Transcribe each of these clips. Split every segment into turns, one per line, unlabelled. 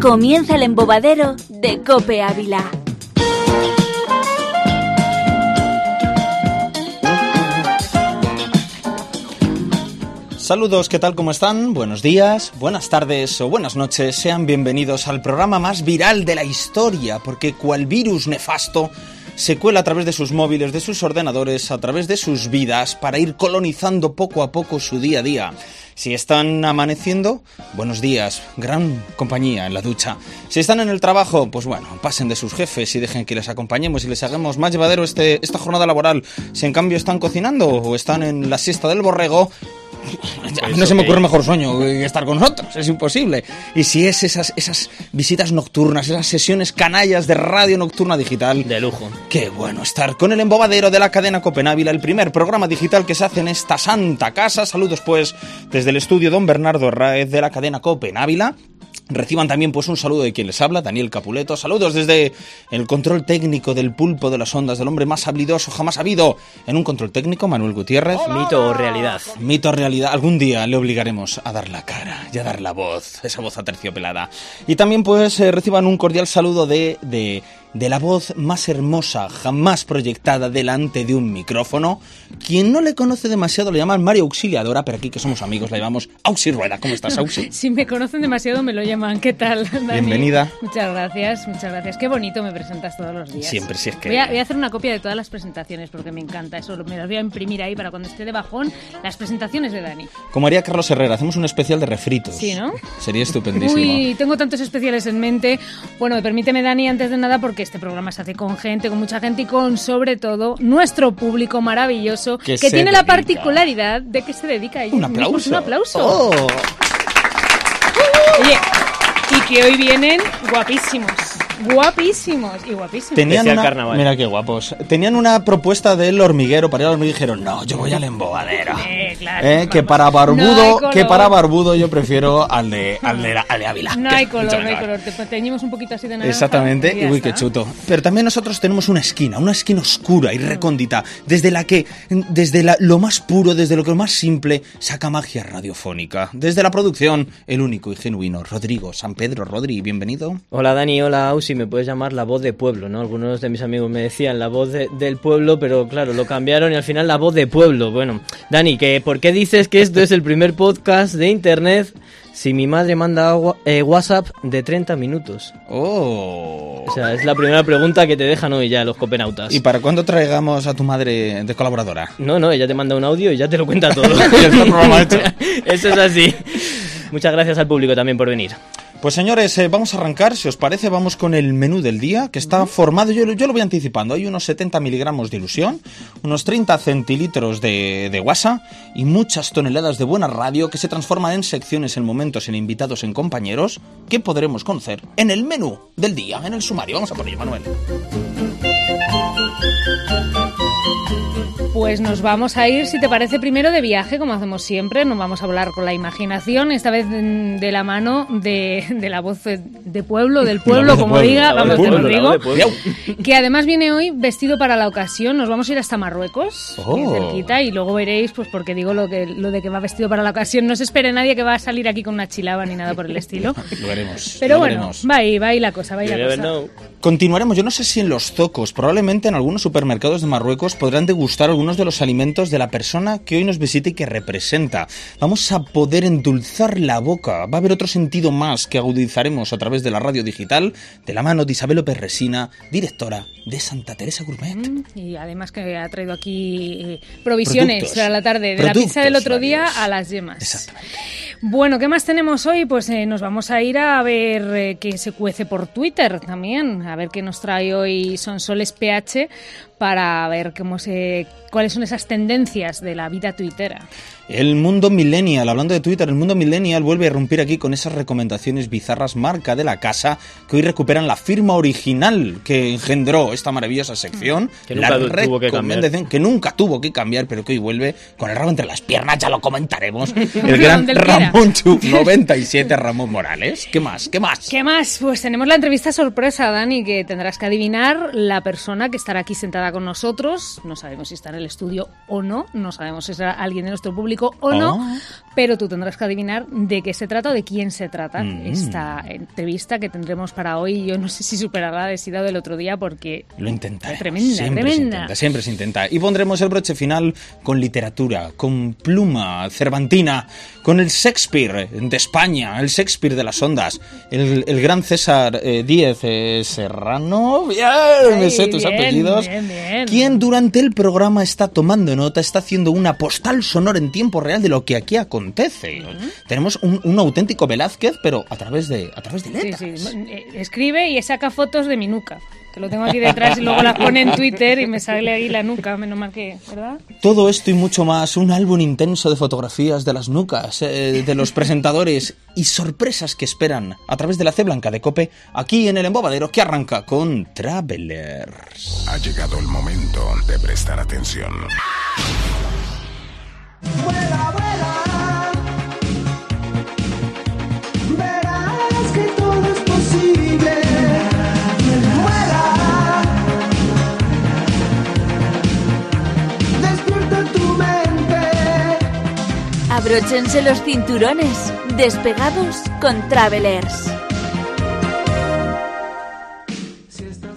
Comienza el embobadero de Cope Ávila.
Saludos, ¿qué tal? ¿Cómo están? Buenos días, buenas tardes o buenas noches. Sean bienvenidos al programa más viral de la historia, porque cual virus nefasto se cuela a través de sus móviles, de sus ordenadores, a través de sus vidas, para ir colonizando poco a poco su día a día. Si están amaneciendo, buenos días, gran compañía en la ducha. Si están en el trabajo, pues bueno, pasen de sus jefes y dejen que les acompañemos y les hagamos más llevadero este, esta jornada laboral. Si en cambio están cocinando o están en la siesta del borrego,
Pues
a mí Ah, no se me ocurre mejor sueño que estar con nosotros, es imposible. Y si es esas, esas visitas nocturnas, esas sesiones canallas de radio nocturna digital.
De lujo.
Qué bueno estar con el embobadero de la cadena Copenávila, el primer programa digital que se hace en esta santa casa. Saludos pues desde el estudio Don Bernardo Raez de la cadena Copenávila. Reciban también pues un saludo de quien les habla, Daniel Capuleto. Saludos desde el control técnico del pulpo de las ondas del hombre más habilidoso jamás habido. En un control técnico, Manuel Gutiérrez.
Mito o realidad.
Mito realidad. Algún día le obligaremos a dar la cara y a dar la voz, esa voz aterciopelada. Y también pues eh, reciban un cordial saludo de, de, de la voz más hermosa jamás proyectada delante de un micrófono. Quien no le conoce demasiado le llaman Mario Auxiliadora, pero aquí que somos amigos la llamamos Auxi Rueda. ¿Cómo estás, Auxi?
Si me conocen demasiado me lo llaman. ¿Qué tal, Dani?
Bienvenida.
Muchas gracias, muchas gracias. Qué bonito me presentas todos los días.
Siempre, si es que...
Voy a, voy a hacer una copia de todas las presentaciones porque me encanta eso. Me las voy a imprimir ahí para cuando esté de bajón las presentaciones de Dani.
Como haría Carlos Herrera, hacemos un especial de refritos.
Sí, ¿no?
Sería estupendísimo.
Uy, tengo tantos especiales en mente. Bueno, permíteme, Dani, antes de nada, porque este programa se hace con gente, con mucha gente y con, sobre todo, nuestro público maravilloso
Que
que,
se
tiene la
dedica.
particularidad de que se dedica a ellos
Un
mismos.
aplauso.
Un aplauso.
Oh.
Oye, y que hoy vienen guapísimos. Guapísimos y guapísimos.
Tenían
Especial
una,
carnaval.
Mira qué guapos. Tenían una propuesta del hormiguero para ir al hormiguero y dijeron, no, yo voy al embobadero.
Eh, claro,
Eh, que
vamos.
para
No hay
barbudo,
color.
que para barbudo yo prefiero al de al de, la- al de Ávila.
No
Que-
hay color, no hay
Venga,
color. Te teñimos un poquito así de naranja.
Exactamente,
y
y
ya
uy, qué
está.
chuto. Pero también nosotros tenemos una esquina, una esquina oscura
Mm.
y recóndita, desde la que, desde la- lo más puro, desde lo que más simple, saca magia radiofónica. Desde la producción, el único y genuino, Rodrigo San Pedro Rodri, bienvenido.
Hola Dani, hola Ausi, me puedes llamar la voz de pueblo, ¿no? Algunos de mis amigos me decían la voz de- del pueblo, pero claro, lo cambiaron y al final la voz de pueblo. Bueno, Dani, que ¿por qué dices que esto es el primer podcast de internet si mi madre manda agua- eh, WhatsApp de 30 minutos?
Oh.
O sea, es la primera pregunta que te dejan hoy ya los copenautas.
¿Y para cuándo traigamos a tu madre de colaboradora?
No, no, ella te manda un audio y ya te lo cuenta todo.
Ya está el programa hecho.
Eso es así. Muchas gracias al público también por venir.
Pues señores, eh, vamos a arrancar, si os parece, vamos con el menú del día, que está formado, yo, lo- yo lo voy anticipando, hay unos 70 miligramos de ilusión, unos 30 centilitros de, de guasa y muchas toneladas de buena radio que se transforman en secciones, en momentos, en invitados, en compañeros, que podremos conocer en el menú del día, en el sumario. Vamos a por ello, Manuel.
Pues nos vamos a ir, si te parece, primero de viaje, como hacemos siempre. Nos vamos a volar con la imaginación, esta vez mm, de la mano de, de la voz de, de pueblo, del
voz
pueblo,
de
como
pueblo,
diga,
la voz de
vamos, te lo
pueblo, la
digo.
voz de pueblo.
Que además viene hoy vestido para la ocasión. Nos vamos a ir hasta Marruecos, que es
Oh.
cerquita, y luego veréis, pues porque digo lo, que, lo de que va vestido para la ocasión. No se espere nadie que va a salir aquí con una chilaba ni nada por el estilo.
Lo veremos.
Pero
lo
bueno,
veremos.
va ahí, va ahí la cosa, va ahí
You
la
never
cosa.
know.
Continuaremos, yo no sé si en los zocos, probablemente en algunos supermercados de Marruecos podrán degustar algunos de los alimentos de la persona que hoy nos visite y que representa. Vamos a poder endulzar la boca, va a haber otro sentido más que agudizaremos a través de la radio digital de la mano de Isabel López Resina, directora de Santa Teresa Gourmet.
Y además que ha traído aquí eh, provisiones
Productos.
para la tarde, de la pizza
Productos
del otro
varios.
día a las yemas.
Exactamente.
Bueno, ¿qué más tenemos hoy? Pues eh, nos vamos a ir a ver eh, qué se cuece por Twitter también, a ver qué nos trae hoy Sonsoles PH para ver cómo se, cuáles son esas tendencias de la vida tuitera.
El mundo millennial, hablando de Twitter, el mundo millennial vuelve a romper aquí con esas recomendaciones bizarras marca de la casa que hoy recuperan la firma original que engendró esta maravillosa sección.
Mm. Que nunca
la
tu- tuvo que cambiar.
recomendación que nunca tuvo que cambiar, pero que hoy vuelve con el rabo entre las piernas, ya lo comentaremos. El gran
Donde él quiera.
Ramón Chu, 97 Ramón Morales. ¿Qué más? ¿Qué más?
¿Qué más? Pues tenemos la entrevista sorpresa, Dani, que tendrás que adivinar la persona que estará aquí sentada con nosotros. No sabemos si está en el estudio o no, no sabemos si será alguien de nuestro público o
Oh.
no, pero tú tendrás que adivinar de qué se trata o de quién se trata
Mm.
esta entrevista que tendremos para hoy. Yo no sé si superará la de Sida del otro día porque
Lo intentaremos.
Tremenda,
siempre
tremenda.
Se intenta, siempre se intenta. Y pondremos el broche final con literatura, con pluma cervantina, con el Shakespeare de España, el Shakespeare de las ondas, el, el gran César eh, Díez eh, Serrano. Bien, me sé
Ay,
tus
bien,
apellidos.
bien, bien.
Quien durante el programa está tomando nota, está haciendo una postal sonora en tiempo real de lo que aquí acontece. Tenemos un, un auténtico Velázquez, pero a través de, a través de
sí,
letras.
sí, eh, escribe y saca fotos de mi nuca. Que lo tengo aquí detrás y luego las pone en Twitter y me sale ahí la nuca, menos mal que, ¿verdad?
Todo esto y mucho más, un álbum intenso de fotografías de las nucas, eh, de los presentadores y sorpresas que esperan a través de la C blanca de Cope, aquí en el embobadero que arranca con Travelers.
Ha llegado el momento de prestar atención.
Vuela, vuela. Verás que todo es posible. Vuela. Despierta tu mente.
Abróchense los cinturones. Despegados con Travelers.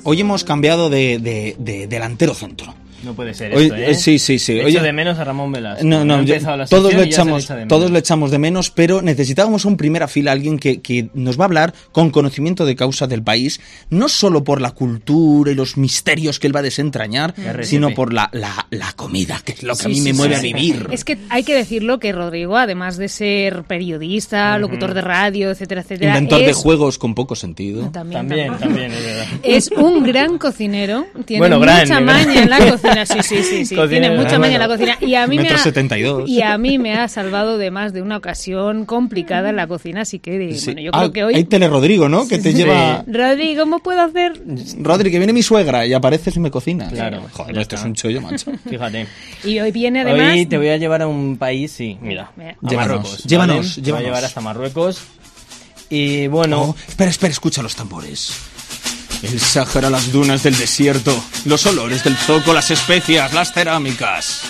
Hoy hemos cambiado de, de- de delantero centro.
No puede ser
Hoy-
esto, ¿eh?
eh, sí, sí, sí.
Echo
Oye-
de menos a Ramón Velasco. ¿eh?
No, no,
ha
yo-
empezado la
todos,
sección
lo
y ya se le
echamos,
echa de menos.
todos lo echamos de menos, pero necesitábamos un primera fila, alguien que, que nos va a hablar con conocimiento de causa del país, no solo por la cultura y los misterios que él va a desentrañar,
RCP.
sino por la, la- la comida, que es lo que a
Sí,
mí
sí,
me
sí,
mueve a
sí.
vivir.
Es que hay que decirlo que Rodrigo, además de ser periodista, locutor de radio, etcétera, etcétera,
Inventor de
es-
juegos con poco sentido.
También,
También,
también.
también, es verdad.
Es un gran cocinero, tiene
Bueno, gran,
mucha
¿verdad?
maña en la cocina, sí, sí, sí, sí, tiene
Cocinero,
mucha maña en la
bueno.
cocina y a mí me
Metro
ha,
72.
y a mí me ha salvado de más de una ocasión complicada en la cocina, así que de-
Sí.
bueno, yo
Ah,
creo que
Hay
hoy
Telerodrigo, ¿no? Que te
sí.
lleva...
Rodrigo, ¿cómo puedo hacer?
Rodri, que viene mi suegra y apareces y me cocinas.
Claro.
Joder,
Ya
esto es
está.
un chollo, macho.
Fíjate.
Y hoy viene además
Hoy te voy a llevar a un país, sí, mira.
Mira.
a
Llévanos,
Marruecos,
llévanos,
¿vale? Te voy
llévanos.
a llevar hasta Marruecos. Y bueno,
Oh, espera, espera, escucha los tambores. El Sáhara, las dunas del desierto, los olores del zoco, las especias, las cerámicas.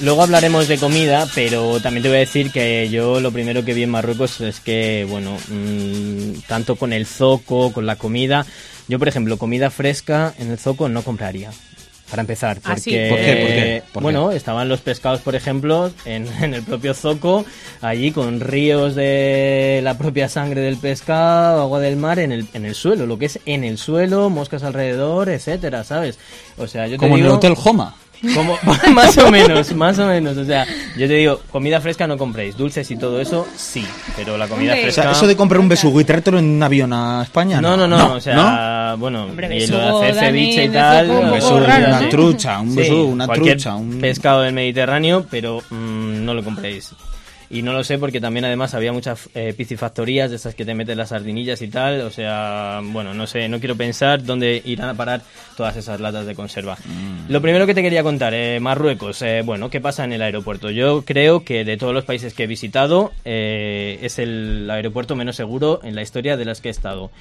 luego hablaremos de comida, pero también te voy a decir que yo lo primero que vi en Marruecos es que, bueno, mm, tanto con el zoco, con la comida, yo por ejemplo, comida fresca en el zoco no compraría. Para empezar, porque,
Ah, sí. ¿Por
qué? ¿Por qué? ¿Por qué?
bueno, estaban los pescados, por ejemplo, en, en el propio zoco, allí con ríos de la propia sangre del pescado, agua del mar, en el, en el suelo, lo que es en el suelo, moscas alrededor, etcétera, ¿sabes? O sea, yo te
Como en el
digo-
Hotel Homa.
como, más o menos, Pues más o menos. O sea, yo te digo, comida fresca no compréis, dulces y todo eso, sí, pero la comida
Hombre.
O sea,
fresca.
eso de comprar un besugo y traértelo en un avión a España.
No, no, no, o
¿no?
sea, bueno,
Hombre,
y lo de
besugo,
hacer
Dani,
ceviche y
besugo
tal. ¿eh?
un
Un
poco
besugo,
raro,
una
¿no?
trucha, un
Sí,
besugo, una
cualquier
trucha. Un...
pescado del Mediterráneo, pero mm, no lo compréis. Y no lo sé porque también además había muchas eh, piscifactorías de esas que te meten las sardinillas y tal. O sea, bueno, no sé, no quiero pensar dónde irán a parar todas esas latas de conserva. Lo primero que te quería contar, eh, Marruecos, eh, bueno, ¿qué pasa en el aeropuerto? Yo creo que de todos los países que he visitado eh, es el aeropuerto menos seguro en la historia de las que he estado.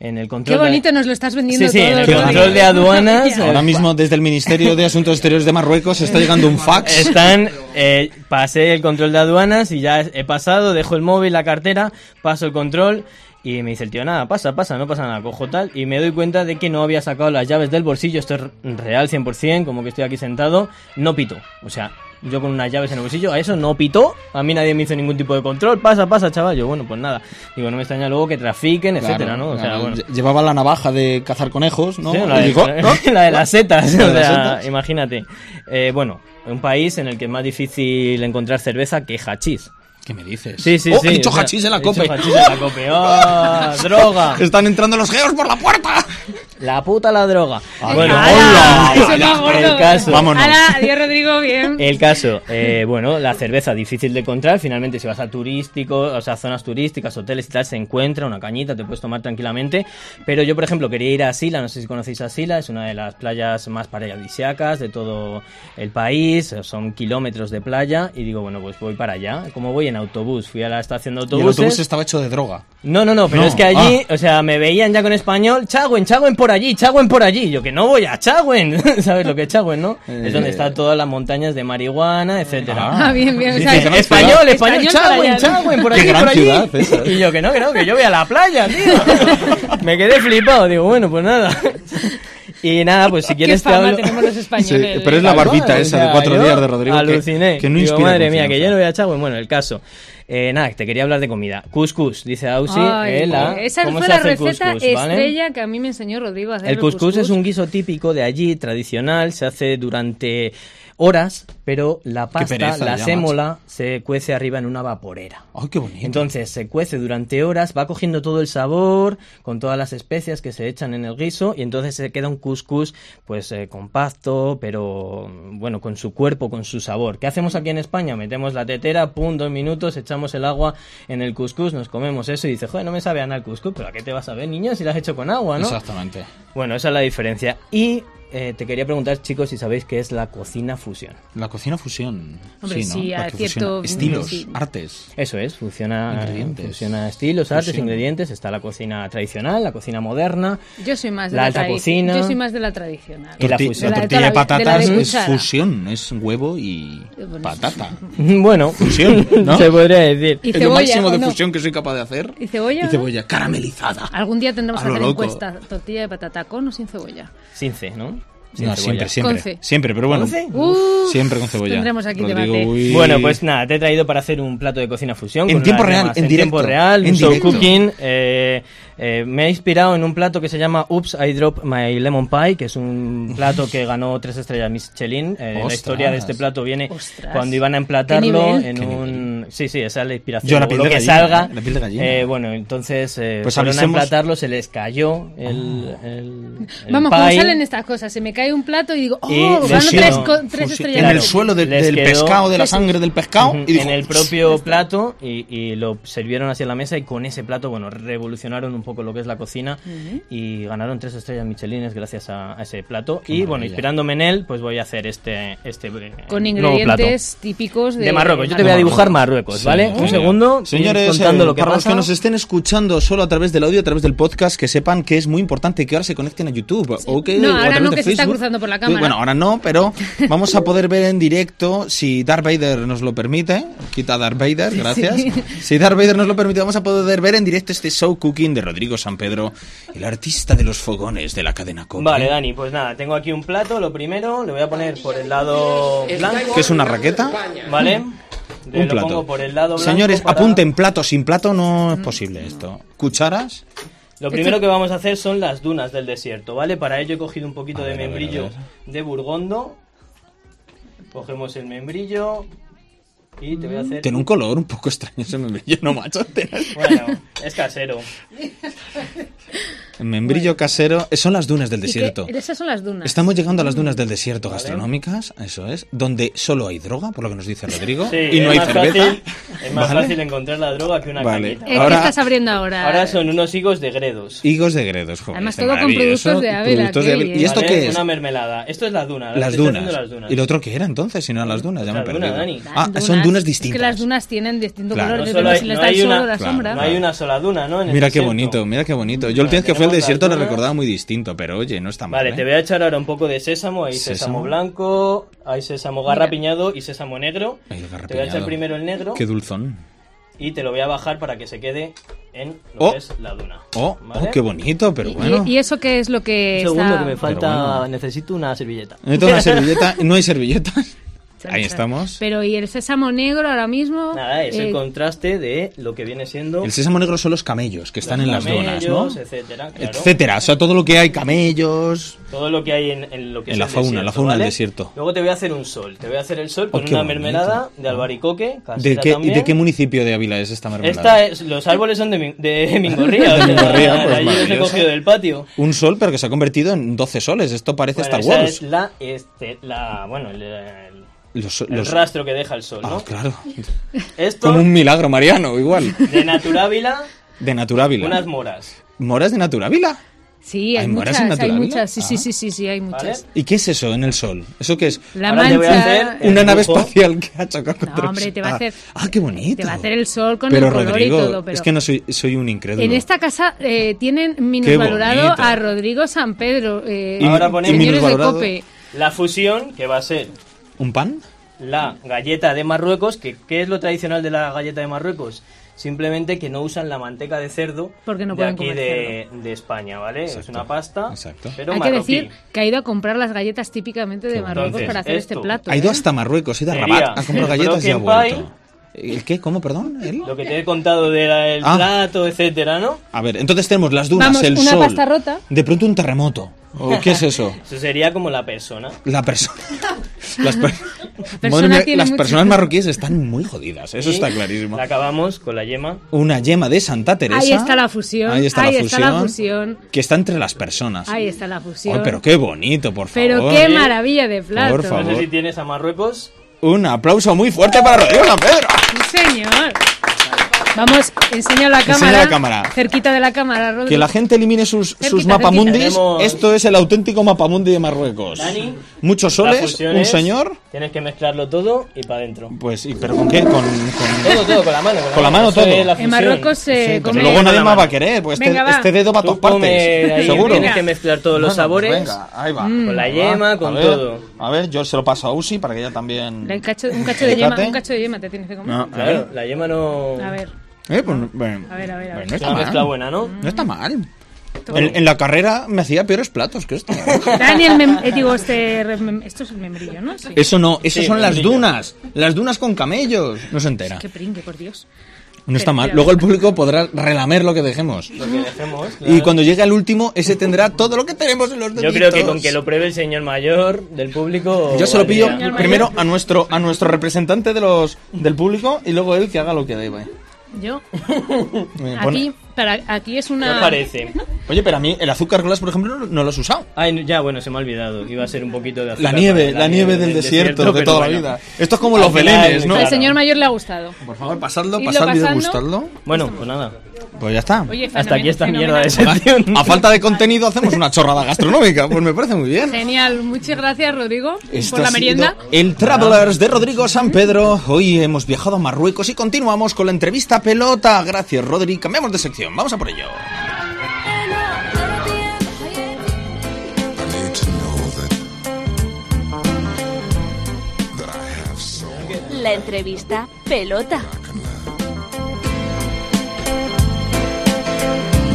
En el
Qué
control de-
bonito nos lo estás vendiendo
Sí, sí,
todo.
en el
Rodrigo.
control de aduanas, eh,
Ya.
Ahora mismo desde el Ministerio de Asuntos Exteriores de Marruecos está llegando un fax.
Están, eh, pasé el control de aduanas y ya he pasado, dejo el móvil, la cartera, paso el control y me dice el tío, nada, pasa, pasa, no pasa nada, cojo tal y me doy cuenta de que no había sacado las llaves del bolsillo, esto es real 100%, como que estoy aquí sentado, no pito, o sea... Yo con unas llaves en el bolsillo, a eso no pitó, a mí nadie me hizo ningún tipo de control, pasa, pasa, chaval, yo bueno, pues nada, digo, no me extraña luego que trafiquen,
Claro,
etcétera, ¿no? O sea,
claro,
bueno.
lle- Llevaba la navaja de cazar conejos, ¿no?
Sí,
Y
la, de,
digo, ¿no?
la de las setas.
La de
o
las
sea,
setas.
Imagínate. Eh, bueno, un país en el que es más difícil encontrar cerveza que hachís.
¿Qué me dices?
Sí, sí,
Oh,
sí.
He dicho
o sea,
hachís en la
he dicho
cope.
hachís en la cope. ¡Ah, droga!
Están entrando los geos por la puerta.
La puta la droga. bueno,
¡Hala!
hola.
Eso es más gordo.
El caso.
Vámonos.
¡Hala! Adiós, Rodrigo, bien.
El caso, eh, bueno, la cerveza difícil de encontrar. Finalmente, si vas a turístico, o sea, zonas turísticas, hoteles y tal, se encuentra una cañita, te puedes tomar tranquilamente. Pero yo, por ejemplo, quería ir a Sila, no sé si conocéis a Sila, es una de las playas más paradisíacas de todo el país, son kilómetros de playa. Y digo, bueno, pues voy para allá. Como voy en en autobús. Fui a la estación de
Y el
autobuses.
autobús estaba hecho de droga.
No, no, no, pero
No, Ah.
es que allí, o sea, me veían ya con español, Chagüen, Chagüen por allí, Chagüen por allí. Yo que no voy a Chagüen, ¿sabes lo que es Chagüen, no? Es donde
Eh.
están todas las montañas de marihuana, etcétera.
Ah.
Ah, bien, bien. o
Dice
sea,
que no es
Español,
ciudad.
español,
Español para
Chagüen,
allá.
Chagüen, por
Qué
allí,
gran
por allí.
ciudad esa, ¿eh?
Y yo que no, que no, que yo voy a la playa, tío. Me quedé flipado, digo, bueno, pues nada. Y nada, pues si
¿Qué
quieres te
fama
hablo...
tenemos los españoles?
Sí, pero es la
Tal cual,
barbita esa de cuatro
yo
días de Rodrigo que-
Aluciné.
que no
Digo,
inspira
madre mía, que
confianza.
yo no voy a Chagüen. Bueno, el caso. Eh, nada, te quería hablar de comida. Cuscús, dice Ausi.
Ay,
eh, la-
esa
¿cómo
fue
se
la
hace el
receta
cuscús, vale?
estrella que a mí me enseñó Rodrigo a hacer.
El cuscús es un guiso típico de allí, tradicional, se hace durante horas, pero la pasta,
pereza,
la
ya,
sémola, se cuece arriba en una vaporera.
Ay, qué bonito.
Entonces se cuece durante horas, va cogiendo todo el sabor, con todas las especias que se echan en el guiso, y entonces se queda un couscous, pues eh, compacto, pero bueno, con su cuerpo, con su sabor. ¿Qué hacemos aquí en España? Metemos la tetera, pum, dos minutos, echamos el agua en el couscous, nos comemos eso y dices, joder, no me sabe a nada el couscous, pero ¿a qué te vas a ver, niño, si lo has hecho con agua, no?
Exactamente.
Bueno, esa es la diferencia. Y eh, te quería preguntar, chicos, si sabéis qué es la cocina fusión.
La cocina fusión.
Hombre,
¿no?
sí,
La
a
que
cierto-
fusiona Estilos,
sí.
artes.
Eso es, funciona,
Ingredientes.
funciona estilos, artes,
Fusión.
ingredientes. Está la cocina tradicional, la cocina moderna.
Yo soy más de
La
la,
alta
tradi-
cocina.
Yo soy más de la tradicional.
Y la
Torti-
fusión.
De la
la
de
tortilla de,
toda la vida, de la
patatas
de
es
cuchara.
fusión, es huevo y
bueno,
patata.
Bueno,
Fusión, ¿no?
se podría decir.
Y
es
cebolla,
lo máximo de
¿o no?
fusión que soy capaz de hacer.
¿Y cebolla?
Y cebolla caramelizada.
Algún día tendremos
A
que
lo
hacer
loco.
encuesta. ¿Tortilla de patata con o sin cebolla?
Sin C, ¿no? Sin
No,
cebolla.
siempre,
Con
siempre.
C.
Siempre, pero bueno.
¿Con C?
Uf,
siempre con cebolla.
tendremos aquí debate.
uy.
Bueno, pues nada, te he traído para hacer un plato de cocina fusión.
En
con
tiempo
las
real,
yemas.
en
tiempo
directo,
real,
en
un show
directo.
cooking. eh, eh, me ha inspirado en un plato que se llama Oops, I Drop My Lemon Pie, que es un plato que ganó tres estrellas Michelin. Eh, la
Ostras.
historia de este plato viene
Ostras.
cuando iban a
¿Qué
emplatarlo
nivel?
en
Qué
un... Sí, sí, esa es la inspiración.
Yo la
Luego
piel
lo
de
que
gallina,
salga.
la piel de gallina.
eh, bueno, entonces eh,
Pues
fueron a
avisemos. Oh.
emplatarlo, se les cayó el, el- el
Vamos, ¿cómo
pie.
salen estas cosas? Se me cae un plato y digo, oh,
Y
ganó
fusión.
tres, co- tres
Fusión.
estrellas.
en el
Claro.
suelo de-
Les
del
quedó-
pescado, de la sangre del pescado.
Ujú,
y dijo,
en el propio plato y, y lo sirvieron hacia la mesa y con ese plato, bueno, revolucionaron un poco lo que es la cocina y ganaron tres estrellas michelines gracias a, a ese plato. y bueno,
maravilla.
inspirándome en él, pues voy a hacer este, este eh,
Con
nuevo plato.
ingredientes típicos de,
De Marruecos, yo te voy a
Marruecos.
dibujar Marruecos,
Sí,
¿vale? Un
genial.
segundo, voy a ir
Señores,
contando
eh,
lo que
para
pasa.
los que nos estén escuchando solo a través del audio, a través del podcast, que sepan que es muy importante que ahora se conecten a YouTube. O que,
No,
o a
ahora
través
no,
de
que se está
Facebook.
cruzando por la cámara.
Bueno, ahora no, pero vamos a poder ver en directo, si Darth Vader nos lo permite, quita a Darth Vader, gracias. Si Darth Vader nos lo permite, vamos a poder ver en directo este show cooking de Rodrigo San Pedro, el artista de los fogones de la cadena Cope.
Vale, Dani, pues nada, tengo aquí un plato, lo primero, le voy a poner por el lado blanco,
¿Qué es una raqueta?
¿vale? Le
Un
lo
plato.
pongo por el lado blanco
Señores,
para-
apunten plato, sin plato no es posible esto. ¿Cucharas?
Lo
Este
primero que vamos a hacer son las dunas del desierto, ¿vale? Para ello he cogido un poquito
A
de
ver, a ver, a
membrillo
ver.
de Burgondo. Cogemos el membrillo y te voy a hacer...
Tiene un color un poco extraño ese membrillo, no macho.
Bueno, es casero.
El membrillo casero eh, son las dunas del
Y que-
desierto.
Esas son las dunas.
Estamos llegando a las dunas del desierto gastronómicas, eso es, donde solo hay droga, por lo que nos dice Rodrigo,
Sí,
y no
es
hay
más
cerveza.
Fácil, es más
Vale.
fácil encontrar la droga que una
Vale.
cañita.
Eh,
Ahora-
¿Qué estás abriendo ahora?
Ahora son unos higos de gredos.
Higos de gredos, joder,
Además,
está
todo con
maravilloso,
productos de Ávila, ¿eh?
productos de
qué
Ávila.
bien.
¿Y esto
¿vale?
qué es?
Una mermelada. Esto es la duna. la
Las
que te está haciendo
dunas.
Las dunas.
¿Y lo otro qué era entonces? Si no eran las dunas, ya me he
La duna,
perdido.
Dani.
Las
Ah, son dunas distintas.
Es que las dunas tienen distinto
Claro.
color,
No
solo
depende
hay-
si les
no
da el
hay
sol
una-
o la
claro,
sombra.
No hay una sola duna, ¿no? En este el
Mira qué
desierto.
bonito, mira qué bonito. Yo el
Vale,
día que fui al
tenemos las
desierto lo
dunas.
recordaba muy distinto, pero oye, no está mal.
Vale,
¿eh?
te voy a echar ahora un poco de sésamo. Hay sésamo,
Sésamo.
blanco, hay sésamo garrapiñado y sésamo negro.
Ay, el
te voy a echar
garrapiñado.
primero el negro
Qué dulzón.
y te lo voy a bajar para que se quede en lo
Oh.
que es la duna.
Oh,
¿Vale?
oh, qué bonito, pero
Y-
bueno.
¿Y, y eso qué es lo que
Un segundo
está-
que me falta.
Pero bueno.
Necesito una servilleta.
Necesito una servilleta. No hay servilletas.
Chan,
Ahí
chan.
estamos.
Pero ¿y el sésamo negro ahora mismo?
Nada, es el
Eh,
contraste de lo que viene siendo.
El sésamo negro son los camellos que están en las
camellos,
dunas, ¿no?
Etcétera, claro.
Etcétera. O sea, todo lo que hay, camellos.
Todo lo que hay en, en lo que
En
es
la
el
fauna,
desierto,
la fauna del
¿vale?
desierto.
Luego te voy a hacer un sol. Te voy a hacer el sol con
Oh, qué
una
bonito.
mermelada de albaricoque.
¿De
casera
qué, ¿Y
también.
de qué municipio de Ávila es esta mermelada?
Esta es, los árboles son de, mi- de Mingorría, o sea,
Mingorría, pues,
de allí los he
maravilloso.
cogido del patio.
Un sol, pero que se ha convertido en 12 soles. Esto parece
Bueno,
Star
esa
Wars.
es la, este, la, bueno, el, el-
Los,
el
los-
rastro que deja el sol,
Ah,
¿no?
claro.
Esto,
Como un milagro, Mariano, igual.
de Naturávila,
De Naturávila.
unas moras.
¿Moras de Naturávila?
Sí, hay,
¿Hay moras
muchas,
en
hay
Naturalia?
muchas. Sí, sí,
Ah.
sí, sí, sí, hay muchas.
¿Y qué es eso en el sol? ¿Eso qué es?
La
Ahora te voy a
mancha.
hacer-
Una
El
nave
dibujo.
espacial que ha chocado contra
No, hombre, te va a
Ah,
hacer-
Ah, qué bonito.
te va a hacer el sol con
pero
el color y
Rodrigo,
todo, pero-
Es que no soy, soy un incrédulo.
En esta casa eh, tienen
Qué
minusvalorado
bonito.
a Rodrigo San Pedro. eh,
Y-
Ahora ponemos-
y
señores de
minusvalorado.
COPE.
La fusión, que va a ser
¿Un pan?
la galleta de Marruecos, que ¿qué es lo tradicional de la galleta de Marruecos? Simplemente que no usan la manteca de cerdo
Porque no
de
pueden
aquí
comer
de, de España, ¿vale? Es
Exacto,
una pasta,
exacto.
pero
Hay que
marroquí.
decir que ha ido a comprar las galletas típicamente de Marruecos
Entonces,
para hacer este
esto.
plato.
Ha ido
¿eh?
hasta Marruecos, ha ido a
Sería
Rabat, ha comprado
el
galletas y ha
Broken
vuelto. ¿El qué? ¿Cómo, perdón? ¿El?
Lo que te he contado del
Ah.
plato, etcétera, ¿no?
A ver, entonces tenemos las dunas,
Vamos,
el
una
sol.
pasta rota.
De pronto un terremoto. ¿O Oh, qué es eso?
Eso sería como la persona.
La persona. Las, per-
persona
Madre mía,
tiene
las
mucho-
personas marroquíes están muy jodidas, eso
Y
está clarísimo.
La acabamos con la yema.
Una yema de Santa Teresa.
Ahí está la fusión,
Ahí está,
ahí
la,
está
fusión,
la fusión.
Que está entre las personas.
Ahí está la fusión.
Ay, pero qué bonito, por
Pero
favor. ¿eh?
qué maravilla de plato.
Por
No
favor.
sé si tienes a Marruecos.
Un aplauso muy fuerte para Rodrigo San Pedro.
Sí, señor. Vamos, enseña la
Enseña
cámara.
la cámara.
Cerquita de la cámara, Rodrigo.
Que la gente elimine sus,
Cerquita,
sus
cerquita.
mapamundis.
Tenemos-
Esto es el auténtico mapamundi de Marruecos.
Dani,
Muchos
la
soles,
fusión
un
es-
señor.
Tienes que mezclarlo todo y para adentro.
Pues, ¿y pero con qué? Con, con-
Todo, todo, con la mano.
Con la mano
Eso
todo.
es la
En
fusión.
Marruecos
Sí,
se
pero
come.
luego nadie
Con la
más va a
mano.
querer, pues
Venga,
este,
va.
este dedo va a
Tú
todas
comes
partes.
ahí,
Seguro.
Tienes que mezclar todos los
Bueno, pues
sabores.
venga, ahí va.
Mm,
Con la
Ahí
yema,
va.
con
A ver,
todo.
A ver, yo se lo paso a Usi para que ella también.
Le cacho- un cacho de yema,
Fíjate.
un cacho de yema te tienes que comer.
No, a
Claro,
ver.
la yema no.
A ver,
Eh, pues, bueno.
A ver, a ver, a ver.
Bueno, no
Es
está
una mezcla
mal.
buena, ¿no?
Ah. No está mal. En, en la carrera me hacía peores platos que esto.
Daniel, mem- eh, digo, este, re- mem- esto es el membrillo, ¿no? Sí.
Eso no, eso
Sí,
son las
brillo.
dunas. Las dunas con camellos. No se entera.
Qué pringue, por Dios.
No está mal.
pero-
Luego el público podrá relamer lo que dejemos.
Lo que dejemos.
Y
claro.
cuando llegue al último, ese tendrá todo lo que tenemos en los
Yo
deditos.
creo que con que lo pruebe el señor mayor del público.
Yo se lo pillo
valdría.
Señor
primero a nuestro a nuestro representante de los del público y luego él que haga lo que deba.
Yo,
Me pone-
aquí, para, aquí es
¿Qué os
una...
parece?
Oye, pero a mí el azúcar glass, por ejemplo, no, no lo has usado.
Ay, ya, bueno, se me ha olvidado. Iba a ser un poquito de azúcar
La
para-
nieve, la, nieve del desierto, de
pero
toda la
bueno.
vida. Esto es como
Al
los
final,
belenes, ¿no?
Al
claro.
señor mayor le ha gustado.
Por favor, pasadlo,
Irlo
pasadlo y
pasando.
degustadlo.
Bueno, pues nada.
Pues ya está.
Oye, fenomenal,
Hasta aquí esta mierda de
fenomenal.
sección.
A falta de contenido hacemos una chorrada gastronómica. Pues me parece muy bien.
Genial, muchas gracias, Rodrigo,
Esto
por
ha
la
sido
merienda.
El Travelers de Rodrigo San Pedro. Hoy hemos viajado a Marruecos y continuamos con la entrevista pelota. Gracias, Rodri. Cambiamos de sección. Vamos a por ello.
I need to know that, that I have so
La entrevista pelota.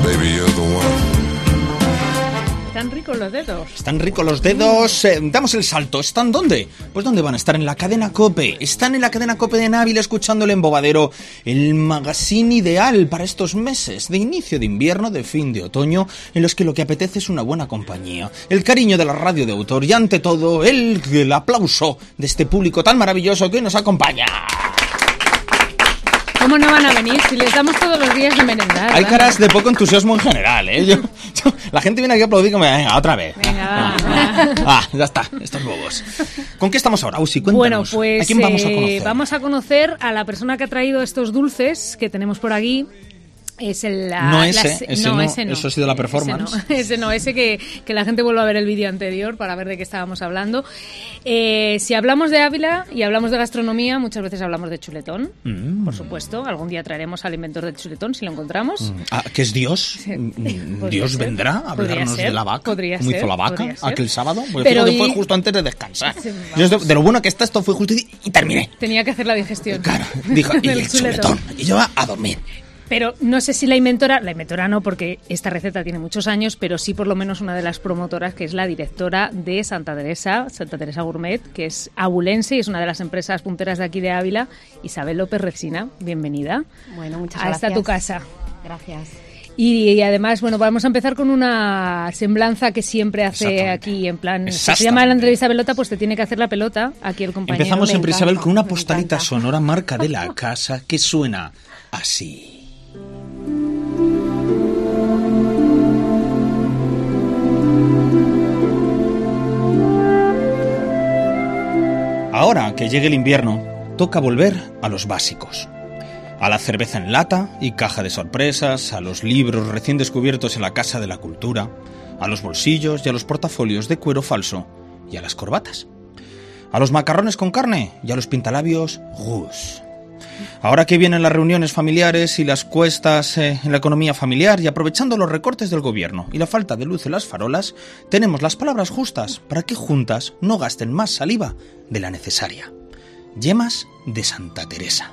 Baby, you're the one.
Están ricos los dedos.
Están ricos los dedos. eh, damos el salto. ¿Están dónde? Pues dónde van a estar en la cadena Cope. Están en la cadena Cope de Návila escuchando el embobadero, el magazine ideal para estos meses de inicio de invierno, de fin de otoño, en los que lo que apetece es una buena compañía, el cariño de la radio de autor y ante todo el, el aplauso de este público tan maravilloso que hoy nos acompaña.
¿Cómo no van a venir si les damos todos los días de merendar?
Hay
vamos?
caras de poco entusiasmo en general, ¿eh? Yo- yo- la gente viene aquí a aplaudir como, venga, otra vez.
Venga, va,
Ah, ah, ya está, estos bobos. ¿Con qué estamos ahora, Usi?
Bueno,
Cuéntanos.
pues
¿A quién vamos a
eh,
conocer?
vamos a conocer a la persona que ha traído estos dulces que tenemos por aquí. Es el, la,
No
la
ese,
se-
ese no, eso ha sido la performance.
Ese no, ese, no, ese que, que la gente vuelva a ver el vídeo anterior para ver de qué estábamos hablando. Eh, si hablamos de Ávila y hablamos de gastronomía, muchas veces hablamos de chuletón,
Mm.
por supuesto. Algún día traeremos al inventor del chuletón si lo encontramos.
Ah, ¿Que es Dios? Mm,
Podría
¿Dios
ser.
vendrá a
Podría
hablarnos de
ser.
la vaca?
Podría
¿Cómo
ser.
hizo la vaca
Podría ser.
aquel sábado? Pues
Pero
fíjate, fue
y-
justo antes de descansar.
Sí,
Yo de, de lo bueno que está esto fue justo y, y terminé.
Tenía que hacer la digestión.
Claro, dijo, y
del
el chuletón. Y yo a, a dormir.
Pero no sé si la inventora, la inventora no, porque esta receta tiene muchos años, pero sí por lo menos una de las promotoras, que es la directora de Santa Teresa, Santa Teresa Gourmet, que es abulense y es una de las empresas punteras de aquí de Ávila, Isabel López Resina. Bienvenida
Bueno, muchas
a
gracias.
esta tu casa.
Gracias.
Y, y además, bueno, vamos a empezar con una semblanza que siempre hace
Exactamente.
aquí, en plan, si se
Exactamente.
llama la entrevista pelota, pues te tiene que hacer la pelota aquí el compañero.
Empezamos
me
siempre,
encanta,
Isabel, con una
me
postalita
encanta.
sonora marca de la casa que suena así. Ahora que llegue el invierno, toca volver a los básicos. A la cerveza en lata y caja de sorpresas, a los libros recién descubiertos en la Casa de la Cultura, a los bolsillos y a los portafolios de cuero falso y a las corbatas. A los macarrones con carne y a los pintalabios rouge. Ahora que vienen las reuniones familiares y las cuestas eh, en la economía familiar y aprovechando los recortes del gobierno y la falta de luz en las farolas, tenemos las palabras justas para que juntas no gasten más saliva de la necesaria. Yemas de Santa Teresa.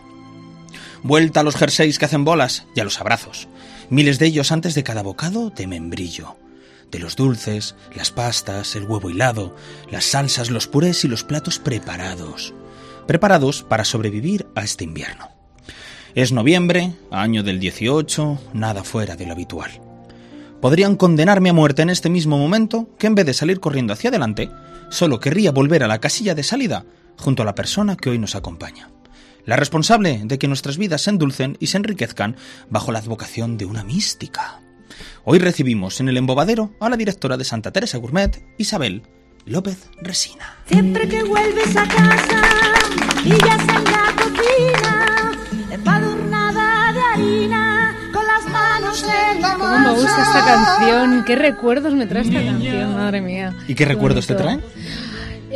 Vuelta a los jerseys que hacen bolas y a los abrazos. Miles de ellos antes de cada bocado de membrillo. De los dulces, las pastas, el huevo hilado, las salsas, los purés y los platos preparados preparados para sobrevivir a este invierno. Es noviembre, año del 18, nada fuera de lo habitual. Podrían condenarme a muerte en este mismo momento que en vez de salir corriendo hacia adelante, solo querría volver a la casilla de salida junto a la persona que hoy nos acompaña. La responsable de que nuestras vidas se endulcen y se enriquezcan bajo la advocación de una mística. Hoy recibimos en el embobadero a la directora de Santa Teresa Gourmet, Isabel López Resina.
Siempre que vuelves a casa, pillas en la cocina, empadurnada de harina, con las manos en la
¿Cómo me gusta esta canción? ¿Qué recuerdos me trae esta canción? Madre mía.
¿Y qué recuerdos te
bonito.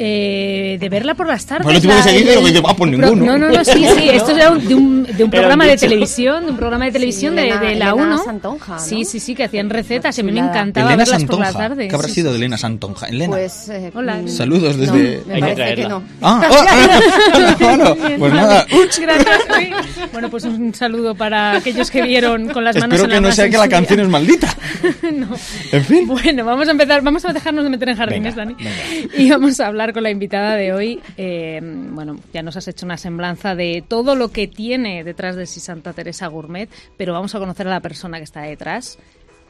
Eh, de verla por las tardes.
Bueno, tú ibas a decir, pero me dice, ah, pues
pro-
ninguno.
No, no, no, sí, sí. Esto era un- de un, de un programa de televisión, de un programa de televisión de,
Elena-
de la
Elena
1.
Santonja, ¿no?
Sí, sí, sí, que hacían recetas. y a mí me
Chulada.
encantaba
Elena
verlas por las
Santonja.
tardes.
¿Qué habrá sido de Elena Santonja? Elena.
Pues. eh,
Hola.
mm,
Saludos
no,
desde-
me
Hay que
parece que
traerla.
no.
Ah, ah, claro, pues nada.
Ups, gracias. sí. Bueno, pues un saludo para aquellos que vieron con las manos
Espero
en la
que no
masa
sea
en
que la
su día.
canción es maldita. En fin.
Bueno, vamos a empezar, vamos a dejarnos de meter en jardines,
Venga,
Dani. Y vamos a hablar con la invitada de hoy. Eh, bueno, ya nos has hecho una semblanza de todo lo que tiene detrás de si Santa Teresa Gourmet, pero vamos a conocer a la persona que está detrás.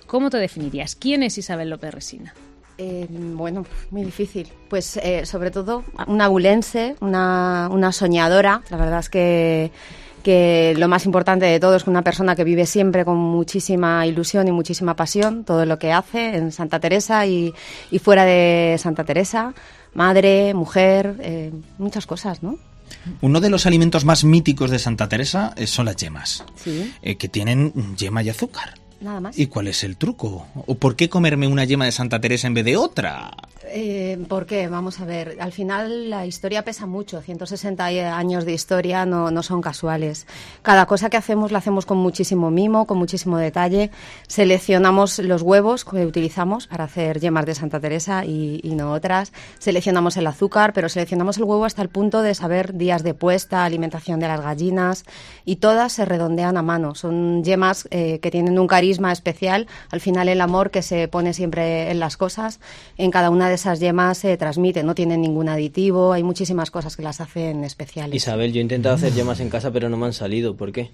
¿Cómo te definirías? ¿Quién es Isabel López Resina?
Eh, bueno, muy difícil. Pues eh, sobre todo una abulense, una, una soñadora. La verdad es que, que lo más importante de todo es que una persona que vive siempre con muchísima ilusión y muchísima pasión todo lo que hace en Santa Teresa y, y fuera de Santa Teresa. Madre, mujer, eh, muchas cosas, ¿no?
Uno de los alimentos más míticos de Santa Teresa eh, son las yemas,
Sí.
eh, que tienen yema y azúcar.
Nada más.
¿Y cuál es el truco? ¿O por qué comerme una yema de Santa Teresa en vez de otra?
Eh, ¿Por qué? Vamos a ver. Al final la historia pesa mucho. 160 eh, años de historia no, no son casuales. Cada cosa que hacemos la hacemos con muchísimo mimo, con muchísimo detalle. Seleccionamos los huevos que utilizamos para hacer yemas de Santa Teresa y, y no otras. Seleccionamos el azúcar, pero seleccionamos el huevo hasta el punto de saber días de puesta, alimentación de las gallinas y todas se redondean a mano. Son yemas eh, que tienen un carisma especial. Al final el amor que se pone siempre en las cosas, en cada una de esas yemas se transmite. No tienen ningún aditivo, hay muchísimas cosas que las hacen especiales.
Isabel, yo he intentado hacer yemas en casa, pero no me han salido. ¿Por qué?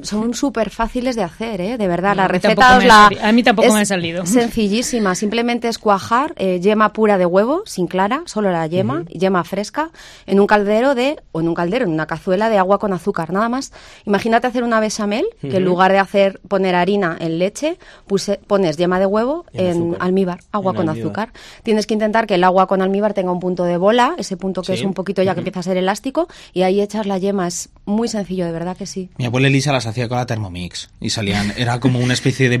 Son súper fáciles de hacer, ¿eh? De verdad,
No, a
la
mí
receta
tampoco
os
me
la...
ha sali- a mí tampoco
es
me ha salido.
Sencillísima, simplemente es cuajar eh, yema pura de huevo, sin clara, solo la yema, yema fresca, en un caldero de, o en un caldero, en una cazuela de agua con azúcar, nada más. Imagínate hacer una bechamel, que en lugar de hacer poner harina en leche, puse- pones yema de huevo
En
en,
azúcar.
almíbar, agua
En
con
almíbar.
azúcar. Tienes que intentar que el agua con almíbar tenga un punto de bola, ese punto que
Sí.
es un poquito ya que empieza a ser elástico, y ahí echas la yema, es muy sencillo, de verdad que sí.
Mi abuela Elisa las hacía con la Thermomix y salían, era como una especie de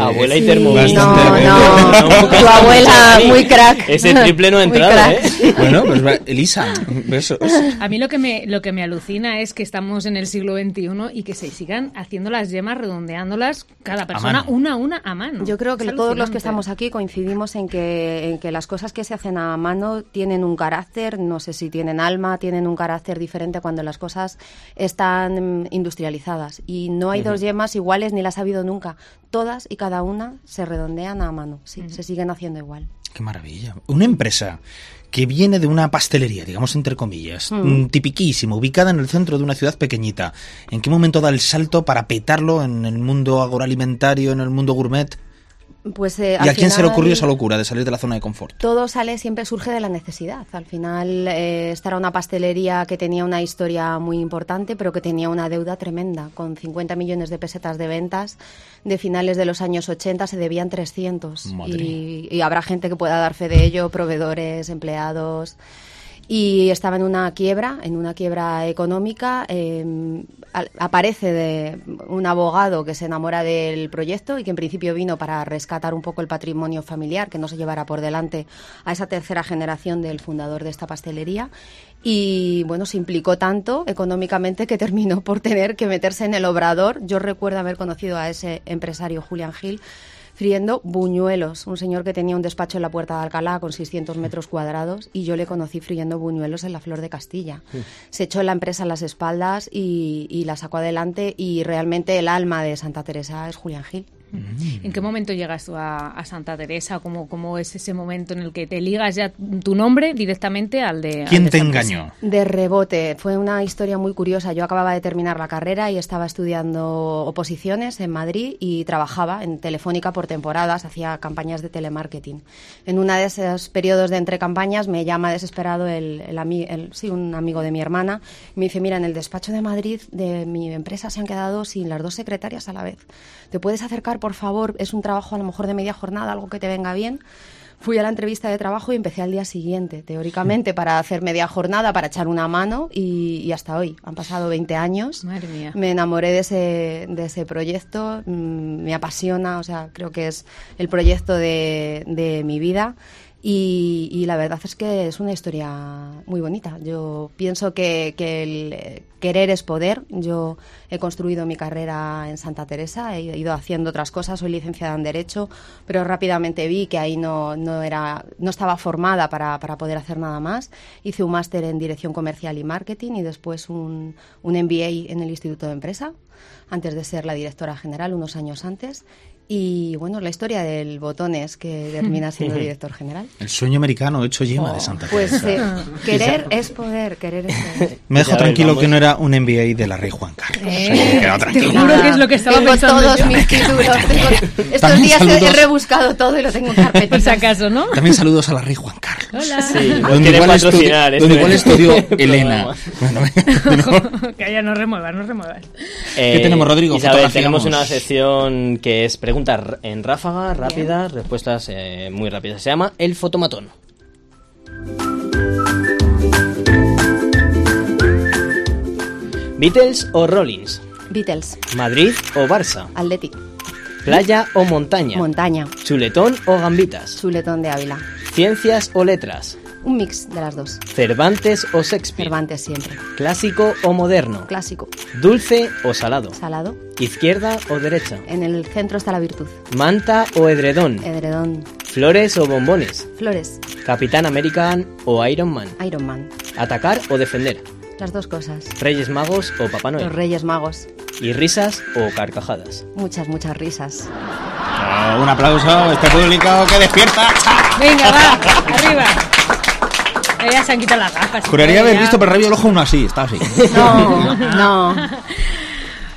Abuela y
Sí,
Thermomix.
No,
Bastante
no.
bueno.
Tu abuela, muy crack.
Ese triple no ha
Muy
entrado,
crack.
¿eh?
Bueno, pues va- Elisa, besos.
Pues, A mí lo que me lo que me alucina es que estamos en el siglo XXI y que se sigan haciendo las yemas redondeándolas cada persona
mano.
una a una a mano.
Yo creo que
Mm, Es
todos los que
alucinante.
estamos aquí coincidimos en que, en que las cosas que se hacen a mano tienen un carácter, no sé si tienen alma, tienen un carácter diferente cuando las cosas están mm, industrializadas. Y no hay dos yemas iguales ni las ha habido nunca. Todas y cada una se redondean a mano, sí, se siguen haciendo igual.
Qué maravilla. Una empresa que viene de una pastelería, digamos entre comillas,
Hmm.
mm, tipiquísima, ubicada en el centro de una ciudad pequeñita. ¿En qué momento da el salto para petarlo en el mundo agroalimentario, en el mundo gourmet?
Pues, eh,
¿Y
al
a quién se le
final-
ocurrió esa locura de salir de la zona de confort?
todo sale, siempre surge de la necesidad. Al final, eh, esta era una pastelería que tenía una historia muy importante, pero que tenía una deuda tremenda. Con 50 millones de pesetas de ventas de finales de los años 80 se debían 300.
Madre
Y, y habrá gente que pueda dar fe de ello, proveedores, empleados. y estaba en una quiebra, en una quiebra económica. eh, al- aparece de un abogado que se enamora del proyecto y que en principio vino para rescatar un poco el patrimonio familiar, que no se llevara por delante a esa tercera generación del fundador de esta pastelería. Y bueno, se implicó tanto económicamente que terminó por tener que meterse en el obrador. Yo recuerdo haber conocido a ese empresario Julián Gil friendo buñuelos, un señor que tenía un despacho en la Puerta de Alcalá con 600 metros cuadrados y yo le conocí friendo buñuelos en la Flor de Castilla. Se echó la empresa a las espaldas y, y la sacó adelante y realmente el alma de Santa Teresa es Julián Gil.
¿En
Mm.
qué momento llegas tú a, a Santa Teresa? ¿Cómo, ¿Cómo es ese momento en el que te ligas ya tu nombre directamente al de... al
¿Quién
de
te
Pues,
Santa
engañó?
De rebote, fue una historia muy curiosa. Yo acababa de terminar la carrera y estaba estudiando oposiciones en Madrid y trabajaba en Telefónica por temporadas, hacía campañas de telemarketing. En uno de esos periodos de entre campañas me llama desesperado el, el ami- el- sí, un amigo de mi hermana y me dice, mira, en el despacho de Madrid de mi empresa se han quedado sin las dos secretarias a la vez. ¿Te puedes acercar, por favor? Es un trabajo a lo mejor de media jornada, algo que te venga bien. Fui a la entrevista de trabajo y empecé al día siguiente, teóricamente, para hacer media jornada, para echar una mano y, y hasta hoy. Han pasado 20 años.
Madre mía.
Me enamoré de ese, de ese proyecto, mm, me apasiona, o sea, creo que es el proyecto de, de mi vida. Y, y la verdad es que es una historia muy bonita. Yo pienso que, que el eh, querer es poder. Yo he construido mi carrera en Santa Teresa, he ido haciendo otras cosas, soy licenciada en Derecho, pero rápidamente vi que ahí no, no, era, no estaba formada para, para poder hacer nada más. Hice un máster en Dirección Comercial y Marketing y después un, un MBA en el Instituto de Empresa, antes de ser la directora general, unos años antes. Y bueno, la historia del Botones, que termina siendo director general.
El sueño americano hecho yema de Santa
Pues
Teresa.
eh, querer es poder, querer es poder.
Me dejo
Ya ves,
tranquilo
vamos.
que no era un MBA de la Rey Juan Carlos.
Eh,
Queda
te
tranquilo.
juro que es lo que estaba
tengo
pensando
todos
yo.
mis títulos. tengo- estos
También
días he- he
saludos.
rebuscado todo y lo tengo en carpetita.
Por si acaso, ¿no?
También saludos a la Rey Juan Carlos.
Hola.
Sí, nos
Donde
quiere
igual,
patrocinar
estudi-
este
donde igual estudió Elena.
programa.
Bueno, de nuevo.
Calla, no remuevas, no remuevas.
Eh.
¿Qué tenemos, Rodrigo?
Eh, Isabel,
Fotografía,
tenemos
vamos.
una sección que es preguntas r- en ráfaga, rápidas, respuestas eh, muy rápidas. Se llama El Fotomatón. ¿Beatles o Rollins?
Beatles,
¿Madrid o Barça?
Atleti,
¿Playa o montaña?
Montaña,
¿Chuletón o gambitas?
Chuletón de Ávila.
¿Ciencias o letras?
Un mix de las dos.
¿Cervantes o Shakespeare?
Cervantes siempre.
¿Clásico o moderno?
Clásico,
¿Dulce o salado?
salado.
¿Izquierda o derecha?
En el centro está la virtud.
¿Manta o edredón?
Eh. Edredón,
¿Flores o bombones?
Flores,
¿Capitán American o Iron Man?
Iron Man.
¿Atacar o defender?
Las dos cosas.
¿Reyes Magos o Papá
Los
Noel?
Reyes Magos.
¿Y risas o carcajadas?
Muchas, muchas risas.
Ah, un aplauso a este público que despierta.
Venga, va, arriba. Eh, ya se han quitado las gafas.
Juraría haber
Ya.
visto por radio el ojo uno así, está así.
No, no.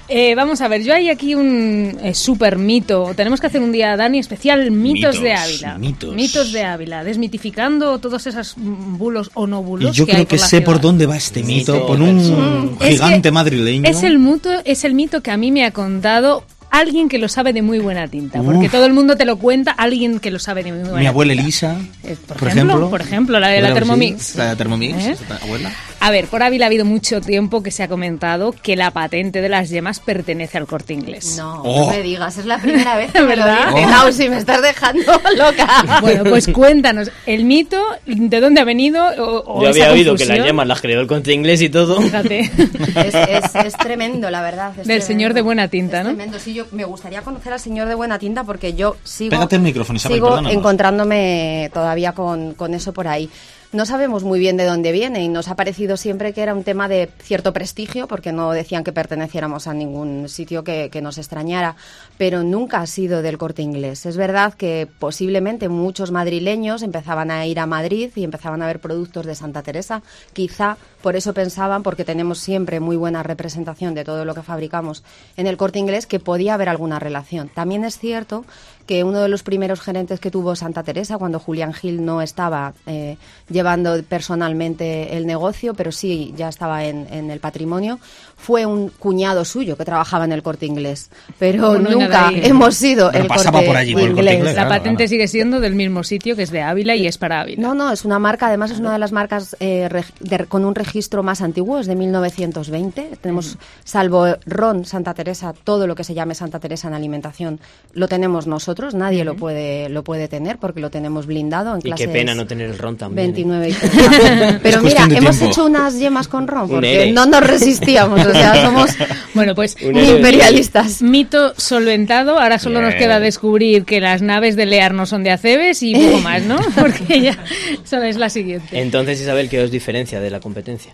Eh, vamos a ver, yo hay aquí un eh, super mito. Tenemos que hacer un día, Dani, especial mitos,
Mitos,
de Ávila.
mitos.
de Ávila, desmitificando todos esos mm, bulos o no bulos.
Y yo
que hay
creo que
por la
sé por
ciudad.
dónde va este mito,
Mito,
por
Mm,
un
Es
gigante
que
madrileño.
Es el, mito, es el mito que a mí me ha contado alguien que lo sabe de muy buena tinta. Porque
Uf.
todo el mundo te lo cuenta, alguien que lo sabe de muy buena
Mi abuela
tinta.
Elisa,
Eh, por
por,
ejemplo,
ejemplo,
por ejemplo, la de la
Claro que sí,
Thermomix.
La de la Thermomix,
¿Eh?
esta abuela.
Oh,
A ver, por Ávila ha habido mucho tiempo que se ha comentado que la patente de las yemas pertenece al corte inglés.
No,
Oh.
no me digas, es la primera vez que me lo
¿Verdad?
dices. Lau, si me estás dejando loca.
Bueno, pues cuéntanos, ¿el mito de dónde ha venido? O, o
Yo
esa
había oído que las
confusión?
llamas las creó el corte inglés y todo.
Fíjate.
Es, es- es tremendo, la verdad. es
Del
tremendo.
señor de buena tinta,
Es
¿no?
Tremendo, sí, yo me gustaría conocer al señor de buena tinta porque yo sigo.
Pégate el micrófono, Isabel,
sigo
perdónanos.
encontrándome todavía con, con eso por ahí. No sabemos muy bien de dónde viene y nos ha parecido siempre que era un tema de cierto prestigio porque no decían que perteneciéramos a ningún sitio que, que nos extrañara, pero nunca ha sido del corte inglés. Es verdad que posiblemente muchos madrileños empezaban a ir a Madrid y empezaban a ver productos de Santa Teresa. Quizá por eso pensaban, porque tenemos siempre muy buena representación de todo lo que fabricamos en el corte inglés, que podía haber alguna relación. También es cierto que uno de los primeros gerentes que tuvo Santa Teresa, cuando Julián Gil no estaba, eh, llevando personalmente el negocio, pero sí ya estaba en, en el patrimonio. Fue un cuñado suyo que trabajaba en el corte inglés, pero
Bueno, Pues
nunca
nada ahí.
hemos sido
Pero
el
pasaba
corte
por allí, por el Corte Inglés.
La
Claro,
patente
claro.
sigue siendo del mismo sitio, que es de Ávila y es para Ávila.
No, no, es una marca, además es una de las marcas eh, reg- de- con un registro más antiguo, es de 1920. Tenemos, salvo Ron Santa Teresa, todo lo que se llame Santa Teresa en alimentación lo tenemos nosotros, nadie lo, puede, lo puede tener porque lo tenemos blindado en
Y qué
clases
pena no tener el ron también. ¿eh?
29 y 30. Pero mira,
Es cuestión de
hemos
tiempo.
hecho unas yemas con ron
Un
porque
ere.
no nos resistíamos, o sea, somos
Bueno, pues
Un héroe.
imperialistas.
mito solventado. Ahora solo nos
Bien.
queda descubrir que las naves de Lear no son de Acebes y poco más, ¿no? Porque ya sabes la siguiente.
Entonces, Isabel, ¿qué os diferencia de la competencia?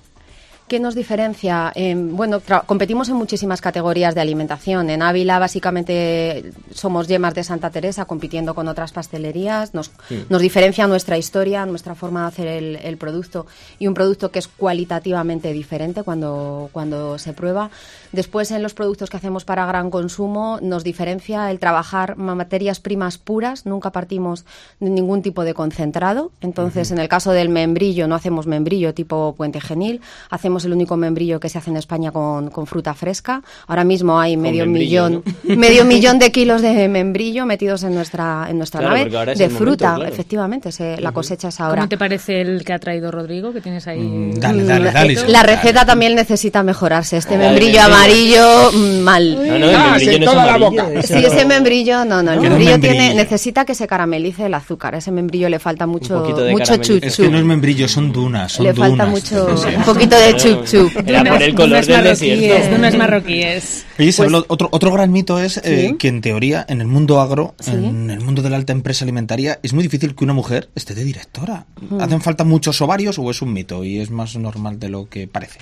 ¿Qué nos diferencia? Eh, bueno, tra- competimos en muchísimas categorías de alimentación. En Ávila, básicamente, somos yemas de Santa Teresa compitiendo con otras pastelerías. Nos,
Mm.
nos diferencia nuestra historia, nuestra forma de hacer el, el producto y un producto que es cualitativamente diferente cuando, cuando se prueba. Después, en los productos que hacemos para gran consumo, nos diferencia el trabajar ma- materias primas puras. Nunca partimos de ningún tipo de concentrado. Entonces, en el caso del membrillo, no hacemos membrillo tipo Puente Genil. Hacemos el único membrillo que se hace en España con, con fruta fresca. Ahora mismo hay medio
membrillo,
millón, medio millón de kilos de membrillo metidos en nuestra, en nuestra
Claro,
nave.
porque ahora es
de
el momento,
fruta,
claro.
efectivamente. se- la cosecha es ahora.
¿Cómo te parece el que ha traído Rodrigo, que tienes ahí?
Mm,
Dale, dale, dale. Isabel,
Mm, eh, La
dale.
receta también necesita mejorarse. Este
Dale,
membrillo
membrillo.
amarillo, mm, mal.
No, no, el
Ah,
membrillo
sí,
no es
toda la
amarillo,
boca.
es
Sí, ese membrillo, no, no, el
Queda un
membrillo, tiene,
membrillo.
necesita que se caramelice el azúcar. A ese membrillo le falta mucho,
poquito de
mucho
caramelización.
chup
Es que no es
chup.
membrillo, son dunas. Son
Le falta
dunas.
mucho,
Sí.
un poquito de chup chup.
Era por el color
Unas
del
marroquíes,
desierto.
de unas marroquíes. Pues
Oye, Isabel, otro, otro gran mito es eh, que en teoría, en el mundo agro, en el mundo de la alta empresa alimentaria, es muy difícil que una mujer esté de directora.
Mm.
¿Hacen falta muchos ovarios o es un mito y es más normal de lo que parece?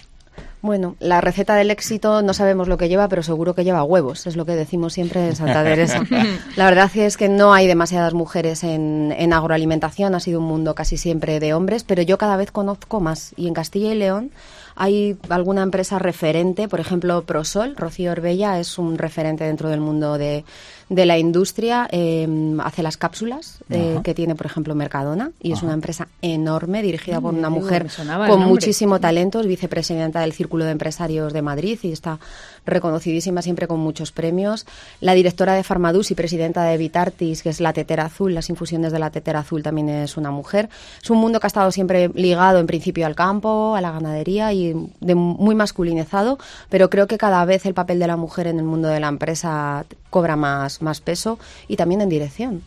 Bueno, la receta del éxito no sabemos lo que lleva, pero seguro que lleva huevos, es lo que decimos siempre en Santa Teresa. la verdad es que no hay demasiadas mujeres en, en agroalimentación, ha sido un mundo casi siempre de hombres, pero yo cada vez conozco más. Y en Castilla y León hay alguna empresa referente, por ejemplo, Prosol, Rocío Orbella es un referente dentro del mundo de, de la industria, eh, hace las cápsulas eh, que tiene, por ejemplo, Mercadona, y es una empresa enorme dirigida por una
Mm,
mujer
me sonaba el
con
nombre.
muchísimo muchísimo talento, es vicepresidenta del Círculo de Empresarios de Madrid y está reconocidísima siempre con muchos premios. La directora de Farmadus y presidenta de Vitartis, que es la tetera azul, las infusiones de la tetera azul también es una mujer. Es un mundo que ha estado siempre ligado en principio al campo, a la ganadería y de muy masculinizado, pero creo que cada vez el papel de la mujer en el mundo de la empresa cobra más, más peso y también en dirección.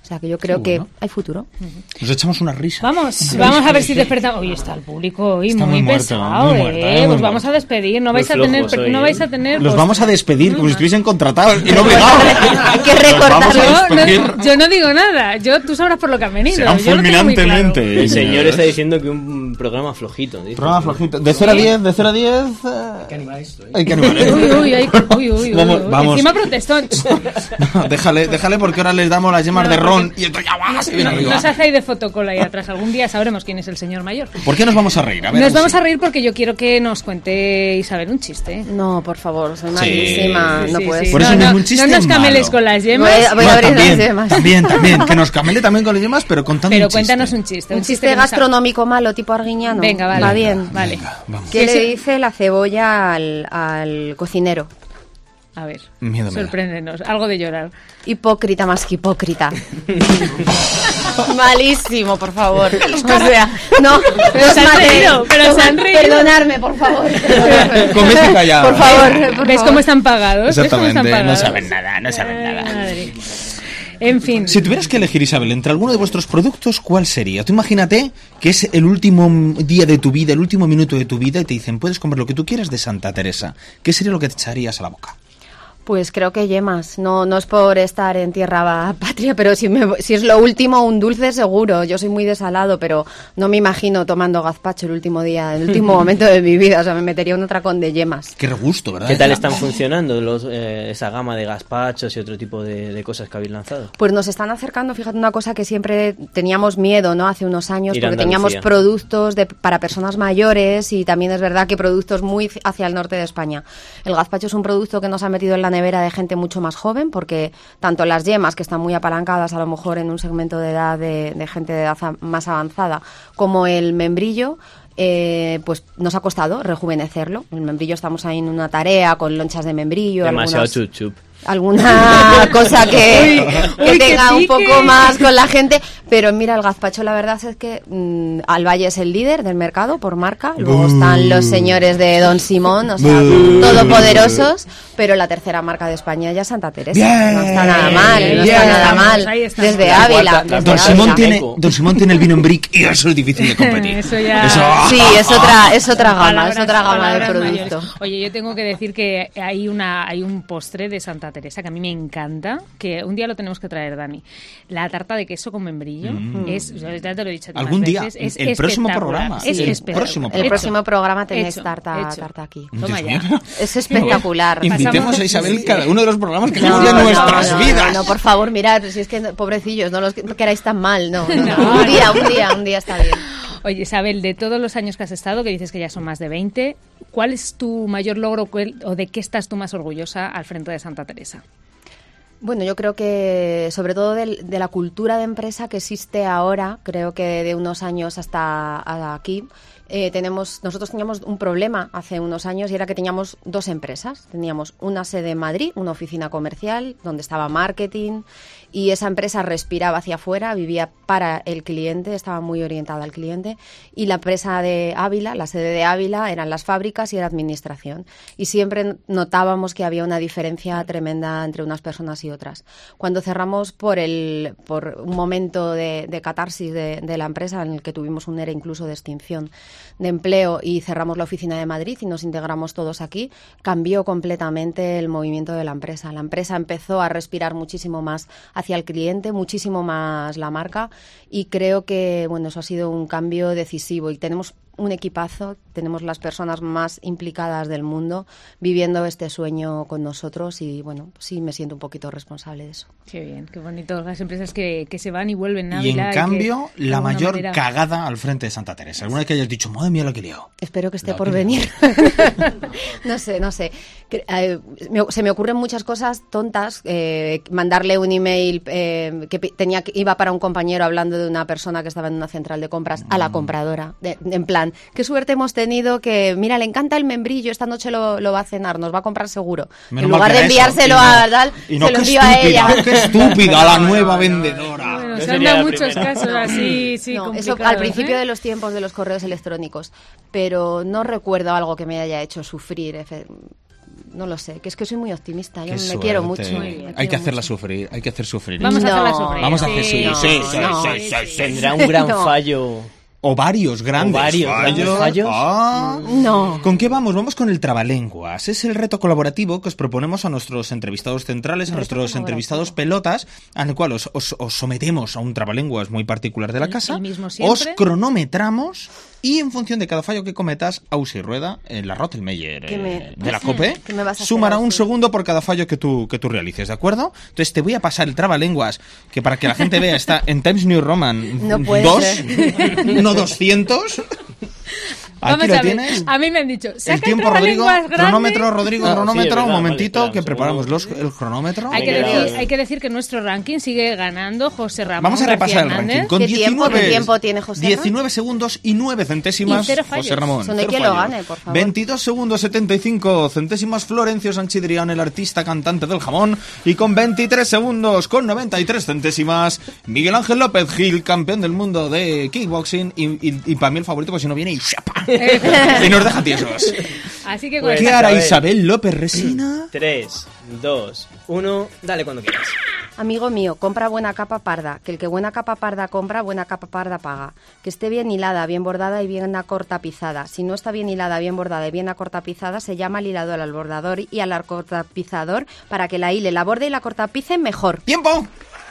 O sea que yo creo
Seguro.
que hay futuro.
Nos echamos una risa.
Vamos, vamos a ver si despertamos. Oye, está el público hoy
Está
muy,
muy muerto,
pesado,
muy muerto,
¿eh?
eh, muy
Pues
muerto.
vamos a despedir, no vais a
flojos
tener,
hoy,
no
¿eh?
vais a tener. pues, Mm.
Los
postre.
vamos a despedir como si estuviesen contratados y no
Hay
pegados.
que
Los vamos a
recortarlo.
Yo
despedir.
no, yo no digo nada, yo tú sabrás por lo que han venido.
Serán
yo lo tengo muy claro.
fulminantemente.
El señor está diciendo que un programa flojito. dice.
Programa flojito. De 0 a 10, de 0 a 10. Hay que animar esto.
eh?
Hay que animar ¿eh?
Uy, uy, ay, uy, uy, uy.
Vamos, vamos.
Encima protestó.
No, déjale, déjale porque ahora les damos las yemas de ron y entonces ya va, se viene
No-
arriba.
Nos hace ahí de fotocola y atrás. Algún día sabremos quién es el señor mayor.
¿Por qué nos vamos a reír? A ver,
Nos vamos
sí.
a reír porque yo quiero que nos cuente Isabel un chiste.
No, por favor, soy malísima,
Sí,
no
sí,
puedes.
sí.
Por eso
no,
no es
no,
un chiste
no nos cameles
malo.
con las
Voy
yemas.
a- voy a abrir
No,
las
también,
yemas.
También, también, que nos camele también con las yemas, pero contando
Pero
un chiste.
cuéntanos un chiste.
Un chiste
que nos ha-
gastronómico malo, tipo arguiñano.
Venga, vale.
Va bien.
Vale.
Venga, vamos.
¿Qué
Sí,
le
sí.
dice la cebolla al, al cocinero?
A ver.
Miedo me da.
sorpréndenos. Algo de llorar.
Hipócrita más que hipócrita. Malísimo, por favor. O sea, no, no
se
os
han
matéis.
reído, pero se han reído.
Perdonadme, por favor.
Comed y callad.
Por favor, por
¿Ves
favor.
cómo están pagados? ¿Ves cómo están
Exactamente, no
pagados?
saben nada, no saben
Ay,
nada.
madre. En fin.
Si tuvieras que elegir, Isabel, entre alguno de vuestros productos, ¿cuál sería? Tú imagínate que es el último día de tu vida, el último minuto de tu vida, y te dicen, puedes comer lo que tú quieras de Santa Teresa. ¿Qué sería lo que te echarías a la boca?
Pues creo que yemas. No, no es por estar en tierra va- patria, pero si, me- si es lo último, un dulce seguro. Yo soy muy desalado, pero no me imagino tomando gazpacho el último día, el último momento de mi vida. O sea, me metería un atracón de yemas.
Qué regusto, ¿verdad?
¿Qué tal están funcionando los, eh, esa gama de gazpachos y otro tipo de, de cosas que habéis lanzado?
Pues nos están acercando, fíjate, una cosa que siempre teníamos miedo, ¿no? Hace unos años,
Ir a
porque teníamos
Andalucía.
productos de, para personas mayores y también es verdad que productos muy hacia el norte de España. El gazpacho es un producto que nos ha metido en la nevera de gente mucho más joven, porque tanto las yemas, que están muy apalancadas a lo mejor en un segmento de edad de, de gente de edad a- más avanzada, como el membrillo, eh, pues nos ha costado rejuvenecerlo. El membrillo estamos ahí en una tarea con lonchas de membrillo.
Demasiado
algunas-
chup chup.
alguna cosa que,
Uy,
que
uy, que
tenga un
pique.
poco más con la gente. Pero mira, el gazpacho, la verdad es que mm, Alvalle es el líder del mercado por marca. Luego están los señores de Don Simón, o sea, todopoderosos. Pero la tercera marca de España ya es Santa Teresa.
Bien.
No está nada mal, no
Bien.
está nada mal.
Ahí estamos.
Desde
La
Ávila.
cuarta, la
desde
Don Simón,
Ávila.
tiene,
Eco.
Don Simón tiene el vino en brick y eso es difícil de competir.
Eso ya-
Sí, es otra, es otra gama,
Palabras-
es otra gama de
palabras
producto.
mayores. Oye, yo tengo que decir que hay una hay un postre de Santa Teresa que a mí me encanta, que un día lo tenemos que traer, Dani. La tarta de queso con membrillo es ya te lo he dicho tantas
Mm. Algún día,
veces,
el próximo
espectacular.
programa,
Es
el
espectacular.
próximo
El
Hecho,
próximo programa tenéis
hecho,
tarta,
hecho.
tarta aquí.
Toma
Dios
ya.
mío.
Es espectacular.
Invitemos
Pasamos-
a Isabel cada uno de los programas que hacemos ya en
no,
nuestras
no, no,
vidas.
No, por favor, mirad, si es que pobrecillos, no los queráis tan mal, no. no, no.
No,
un día, un día, un día está bien.
Ah, Oye, Isabel, de todos los años que has estado, que dices que ya son más de 20, ¿cuál es tu mayor logro cuál- o de qué estás tú más orgullosa al frente de Santa Teresa?
Bueno, yo creo que sobre todo del- de la cultura de empresa que existe ahora, creo que de unos años hasta a- aquí, eh, tenemos nosotros teníamos un problema hace unos años y era que teníamos dos empresas. Teníamos una sede en Madrid, una oficina comercial donde estaba marketing y esa empresa respiraba hacia afuera, vivía para el cliente, estaba muy orientada al cliente y la empresa de Ávila, la sede de Ávila, eran las fábricas y era administración. Y siempre notábamos que había una diferencia tremenda entre unas personas y otras. Cuando cerramos por, el, por un momento de, de catarsis de, de la empresa, en el que tuvimos un ERE incluso de extinción de empleo y cerramos la oficina de Madrid y nos integramos todos aquí, cambió completamente el movimiento de la empresa. La empresa empezó a respirar muchísimo más hacia el cliente, muchísimo más la marca y creo que bueno, eso ha sido un cambio decisivo y tenemos un equipazo, tenemos las personas más implicadas del mundo viviendo este sueño con nosotros y bueno, sí me siento un poquito responsable de eso.
Qué bien, qué bonito. Las empresas que, que se van y vuelven a
Y en
Ávila
cambio,
que, de
la
alguna
mayor
manera-
cagada al frente de Santa Teresa. Alguna vez que hayas dicho, madre mía, lo que he liado.
Espero que esté
No,
por
que no.
venir. no sé, no sé. Cre- eh, me- se me ocurren muchas cosas tontas. eh, mandarle un email eh, que pi- tenía que- iba para un compañero hablando de una persona que estaba en una central de compras a la
Mm.
compradora. De- en plan, qué suerte hemos tenido que, mira, le encanta el membrillo, esta noche lo, lo va a cenar, nos va a comprar seguro.
Menos
en
mal
lugar
que
de
era eso,
enviárselo
y no-
a tal,
y no,
se lo
qué
envío a ella.
estúpida, Qué estúpida la nueva vendedora.
Bueno,
Yo
se han
sería
dado
la
muchos
primera.
casos así, sí,
Mm. No, eso
complicados,
al principio
¿eh?
de los tiempos de los correos electrónicos, pero no recuerdo algo que me haya hecho sufrir. efe- No lo sé, que es que soy muy optimista, yo
Qué
me
suerte.
quiero mucho. eh, me
Hay
quiero
que hacerla
mucho.
sufrir, hay que hacer sufrir.
Vamos a
No.
hacerla sufrir.
Vamos a hacer sí,
no,
sí, sí,
no.
sí, sí, sí.
Tendrá un gran
No.
fallo.
O varios grandes
varios
fallos.
grandes fallos.
Ah.
No.
¿Con qué vamos? Vamos con el trabalenguas. Es el reto colaborativo que os proponemos a nuestros entrevistados centrales, a nuestros
colaborativo.
entrevistados pelotas, al cual os, os- os sometemos a un trabalenguas muy particular de la
El-
casa.
el mismo siempre.
os cronometramos y en función de cada fallo que cometas, Ausi Rueda, en la Rottelmeier
¿Qué
eh,
me-
de la COPE,
¿Qué me vas a hacer,
sumará un
Ausi?
segundo por cada fallo que tú, que tú realices, ¿de acuerdo? Entonces te voy a pasar el trabalenguas, que para que la gente vea está en Times New Roman
No puede
2,
ser.
no 200.
Vamos
Aquí lo
a ver,
tienes.
A mí me han dicho, saca
El tiempo, Rodrigo.
trabalenguas grande.
Cronómetro, Rodrigo,
Ah, sí,
cronómetro.
es verdad,
un
vale,
momentito
claro,
que
seguro.
preparamos los- el cronómetro.
Hay que,
Me he quedado
decir,
bien.
hay que decir que nuestro ranking sigue ganando José Ramón.
Vamos a
García
repasar el
Hernández.
ranking. Con
¿Qué
19,
tiempo- qué tiempo tiene José Ramón?
19 segundos y 9 centésimas.
Y cero
José
fallos.
Ramón.
Son de
cero
quien lo
fallos.
gane, por favor.
22 segundos 75 centésimas. Florencio Sanchidrián, el artista cantante del jamón. Y con 23 segundos con 93 centésimas. Miguel Ángel López Gil, campeón del mundo de kickboxing. Y, para mí el favorito, pues si no viene y, ¡shapa! y nos deja tiesos.
Así que con
Pues,
¿Qué
esta-
hará
Isabel.
Isabel López Resina?
3, 2, 1. Dale cuando quieras.
Amigo mío, compra buena capa parda, que el que buena capa parda compra, buena capa parda paga. Que esté bien hilada, bien bordada y bien acortapizada. Si no está bien hilada, bien bordada y bien acortapizada, se llama al hilador, al bordador y al acortapizador para que la hile, la borde y la cortapicen mejor.
¡Tiempo!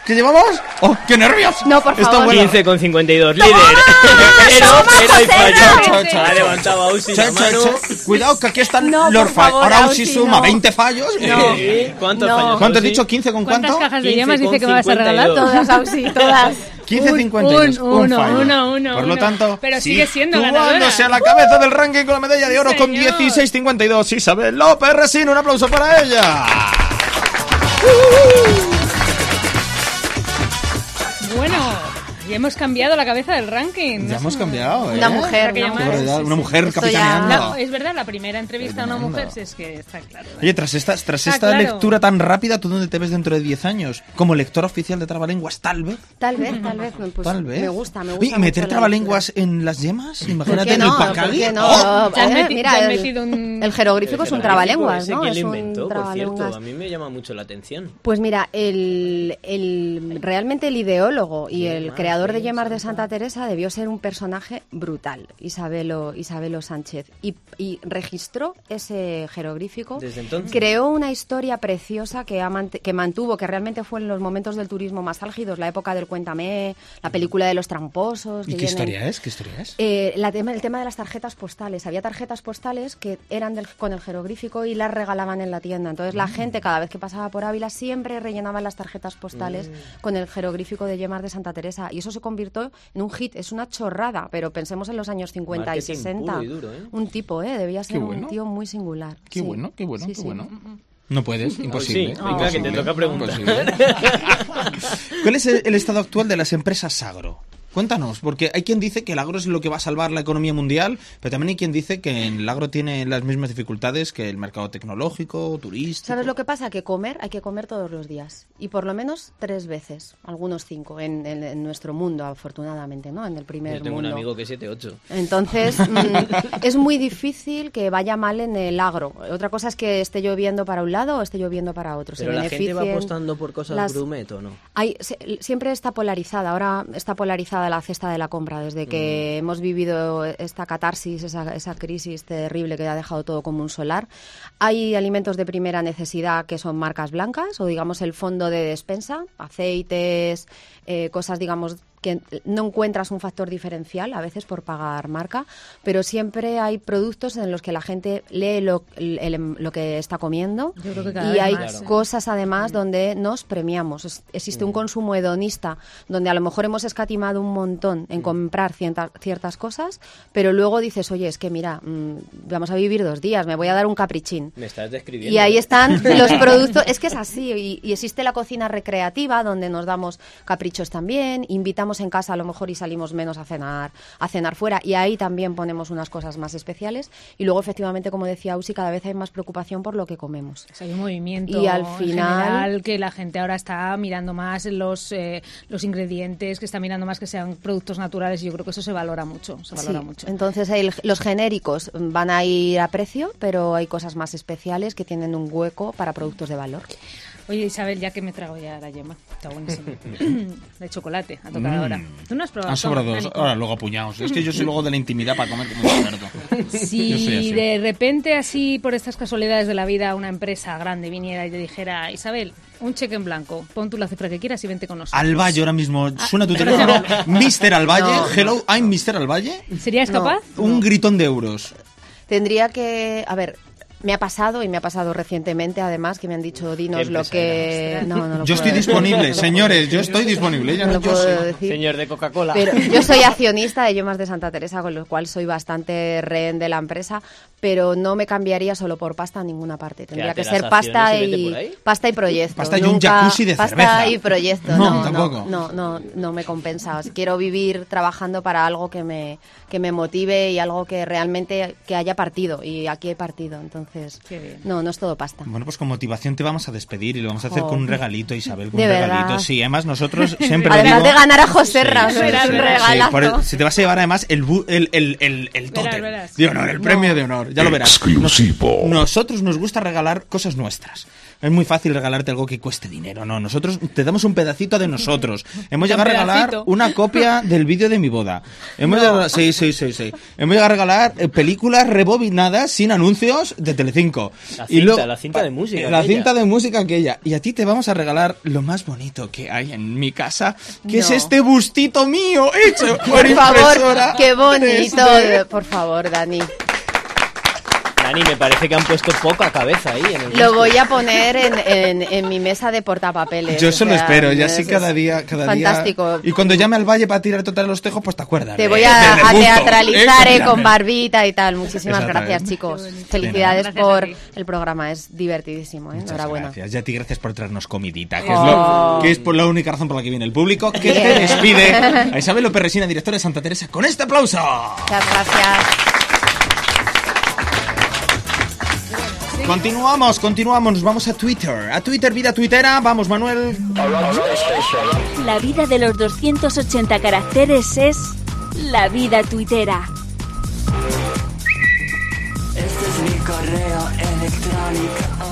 ¿Qué llevamos? ¡Oh, qué nervios!
No, por
Está
favor.
bueno.
15 con 52, líder. Pero, pero hay
Cha, cha,
fallo.
cha.
Ha levantado Ausi
Cha,
la
cha,
mano.
cha. Cuidado, que aquí están
No,
los
por
fallos.
favor,
Ahora Ausi
Ausi,
suma
no.
20 fallos. Eh,
Sí, ¿Cuántos
No.
fallos?
¿Cuánto has
Ausi?
dicho? ¿15 con
¿Cuántas
cuánto?
cajas de
15
llamas dice que
con
me vas a regalar?
52.
Todas, Ausi, todas.
15
Un-
52,
un-
un
uno,
fallo.
uno, uno,
Por lo
uno.
tanto,
Pero sigue siendo
subándose
ganadora.
a la cabeza del ranking con la medalla de oro con
señor.
16.52 Isabel López Resina, un aplauso para ella.
Bueno, ya hemos cambiado la cabeza del ranking.
Ya
No
hemos
sé,
cambiado, ¿eh?
Una mujer,
Qué
¿no?
Qué
llamar.
barbaridad, una mujer
Esto ya-
capitaneando.
La- es verdad, la primera entrevista a una mujer, si es que está claro.
Oye, tras esta, tras
Ah,
esta
claro.
lectura tan rápida, ¿tú dónde te ves dentro de 10 años? Como lectora oficial de Trabalenguas, tal vez.
Tal vez, tal vez. pues,
tal vez.
Me gusta, me
Oye,
gusta.
¿y meter
mucho la
trabalenguas en las yemas?
lectura. ¿Por
Imagínate
qué
en el
no? ¿Por
pacagui.
qué no?
¡Oh!
Ya han
Eh,
meti- ya
mira,
han
el,
metido un-
el jeroglífico es un trabalenguas, ¿no?
¿Quién
Es
lo
un
inventó, por cierto?
trabalenguas.
A mí me llama mucho la atención.
Pues mira, el, el- realmente el ideólogo y el creador de Yemar de Santa Teresa debió ser un personaje brutal, Isabelo, Isabelo Sánchez. Y, y registró ese jeroglífico.
Desde entonces.
Creó una historia preciosa que, ha mant- que mantuvo, que realmente fue en los momentos del turismo más álgidos, la época del Cuéntame, la película de los tramposos. que
¿Y qué
vienen-
historia es? ¿Qué historia es?
eh, la tema- el tema de las tarjetas postales. Había tarjetas postales que eran del- con el jeroglífico y las regalaban en la tienda. Entonces
Mm.
la gente cada vez que pasaba por Ávila siempre rellenaba las tarjetas postales
Mm.
con el jeroglífico de Yemar de Santa Teresa. Y eso se convirtió en un hit. Es una chorrada, pero pensemos en los años 50
Marketing
y 60.
puro y duro, ¿eh?
Un tipo, ¿eh? Debía ser
bueno.
un tío muy singular.
Qué
Sí.
bueno, qué bueno,
Sí, Mm,
qué
sí.
bueno. No puedes, imposible.
Pues sí, venga, que te
imposible,
toca preguntar.
imposible. ¿Cuál es el el estado actual de las empresas agro? Cuéntanos, porque hay quien dice que el agro es lo que va a salvar la economía mundial, pero también hay quien dice que el agro tiene las mismas dificultades que el mercado tecnológico, turístico.
¿Sabes lo que pasa? Que comer hay que comer todos los días y por lo menos tres veces, algunos cinco, en, en- en nuestro mundo, afortunadamente, ¿no? En el primer
Yo tengo
mundo.
un amigo que es 7-8.
Entonces, mm, es muy difícil que vaya mal en el agro. Otra cosa es que esté lloviendo para un lado o esté lloviendo para otro. Se
Pero la gente va
beneficien
apostando por cosas
las-
grumet o no.
hay- se- siempre está polarizada, ahora está polarizada la cesta de la compra desde que hemos vivido esta catarsis, esa, esa crisis terrible que ha dejado todo como un solar. Hay alimentos de primera necesidad que son marcas blancas o digamos el fondo de despensa, aceites, eh, cosas digamos que no encuentras un factor diferencial a veces por pagar marca, pero siempre hay productos en los que la gente lee lo, el- lo que está comiendo
Yo creo que cada
y
vez
hay
más, ¿eh?
cosas además donde nos premiamos. Es- Existe un consumo hedonista donde a lo mejor hemos escatimado un montón en comprar cienta- ciertas cosas, pero luego dices, oye, es que mira, mm, vamos a vivir dos días, me voy a dar un caprichín.
Me estás describiendo.
Y ahí
¿eh?
están los productos. Es que es así. Y, y existe la cocina recreativa donde nos damos caprichos también, invitamos en casa a lo mejor y salimos menos a cenar, a cenar fuera. Y ahí también ponemos unas cosas más especiales. Y luego, efectivamente, como decía Usi, cada vez hay más preocupación por lo que comemos.
O sea, hay un movimiento
Y al
en
final-
general que la gente ahora está mirando más los, eh, los ingredientes, que está mirando más que sean productos naturales. y Yo creo que eso se valora mucho, se valora
Sí,
mucho.
Entonces el- los genéricos van a ir a precio, pero hay cosas más especiales que tienen un hueco para productos de valor.
Oye, Isabel, ya que me trago ya la yema, está buenísimo. de chocolate, ha tocado ahora. ¿Tú no has probado?
Mm. Han sobrado
Toma,
dos,
Dani.
ahora luego apuñados. Es que yo soy luego de la intimidad para comer como un experto. Yo soy
Si
así.
de repente, así por estas casualidades de la vida, una empresa grande viniera y te dijera, Isabel, un cheque en blanco, pon tú la cifra que quieras y vente con nosotros.
Al Valle ahora mismo,
Ah,
suena tu teléfono, Mr. Al Valle, hello, I'm Mr. Al Valle,
¿Serías
No.
capaz?
un gritón de euros.
Tendría que, a ver, me ha pasado y me ha pasado recientemente además que me han dicho dinos
Qué
lo
empresa
que... No, no lo puedo
Yo estoy
decir.
disponible, señores, yo estoy disponible. Ya
No
no,
lo
yo
puedo
sé.
decir.
Señor de Coca-Cola.
Pero yo soy accionista de Yemas de Santa Teresa, con lo cual soy bastante rehén de la empresa, pero no me cambiaría solo por pasta a ninguna parte. Tendría
Quédate
que
las
ser pasta
acciones y vete
y,
por ahí.
pasta y proyecto.
Pasta y un
Nunca-
jacuzzi de
pasta
cerveza.
y proyecto.
No,
No, no,
tampoco.
No, no, no me compensa. O sea, quiero vivir trabajando para algo que me, que me motive y algo que realmente que haya partido. Y aquí hay partido, entonces...
Qué bien.
No, no es todo pasta.
Bueno, pues con motivación te vamos a despedir y lo vamos a hacer
Oh.
con un regalito, Isabel, con
De
un
verdad.
regalito. Sí, además nosotros siempre lo
Además
digo...
de ganar a José Ras,
Sí, sí,
será
sí,
un
sí,
regalazo.
por el- si te vas a llevar además el, bu- el, el, el,
Verás,
el tótem
verás.
de honor, el premio de honor, ya lo verás.
Exclusivo.
Nosotros nos gusta regalar cosas nuestras. Es muy fácil regalarte algo que cueste dinero, no. Nosotros te damos un pedacito de nosotros. Hemos llegado a regalar
pedacito.
una copia del vídeo de mi boda. Hemos llegado, sí, sí, sí, sí. Hemos llegado a regalar eh, películas rebobinadas sin anuncios de Telecinco.
La cinta, la cinta de música
La
aquella.
cinta de música aquella. Y a ti te vamos a regalar lo más bonito que hay en mi casa, que es
No.
este bustito mío hecho por,
Por favor,
impresora
qué bonito.
3D.
Por favor, Dani.
Dani, me parece que han puesto poca cabeza ahí. En el
Lo
disco.
voy a poner en, en- en mi mesa de portapapeles.
Yo
o
eso lo
sea,
espero, ya
es-
sí cada día, cada
fantástico.
día. Y cuando llame al valle para tirar total los tejos, pues te acuerdas.
Te
de-
voy
de-
a, Ah,
del
a
gusto,
teatralizar
¿eh?
eh, con barbita y tal. Muchísimas gracias,
Exactamente.
chicos.
Bien,
Felicidades
gracias
por
a ti.
el programa, es divertidísimo. eh,
Muchas
Enhorabuena. Oh.
gracias. Y a ti gracias por traernos comidita, que, es lo- que es por la única razón por la que viene el público, que te despide a Isabel López Resina, directora de Santa Teresa, con este aplauso.
Muchas gracias.
Continuamos, continuamos, nos vamos a Twitter. A Twitter, vida tuitera. Vamos, Manuel.
La vida de los 280 caracteres es la vida tuitera.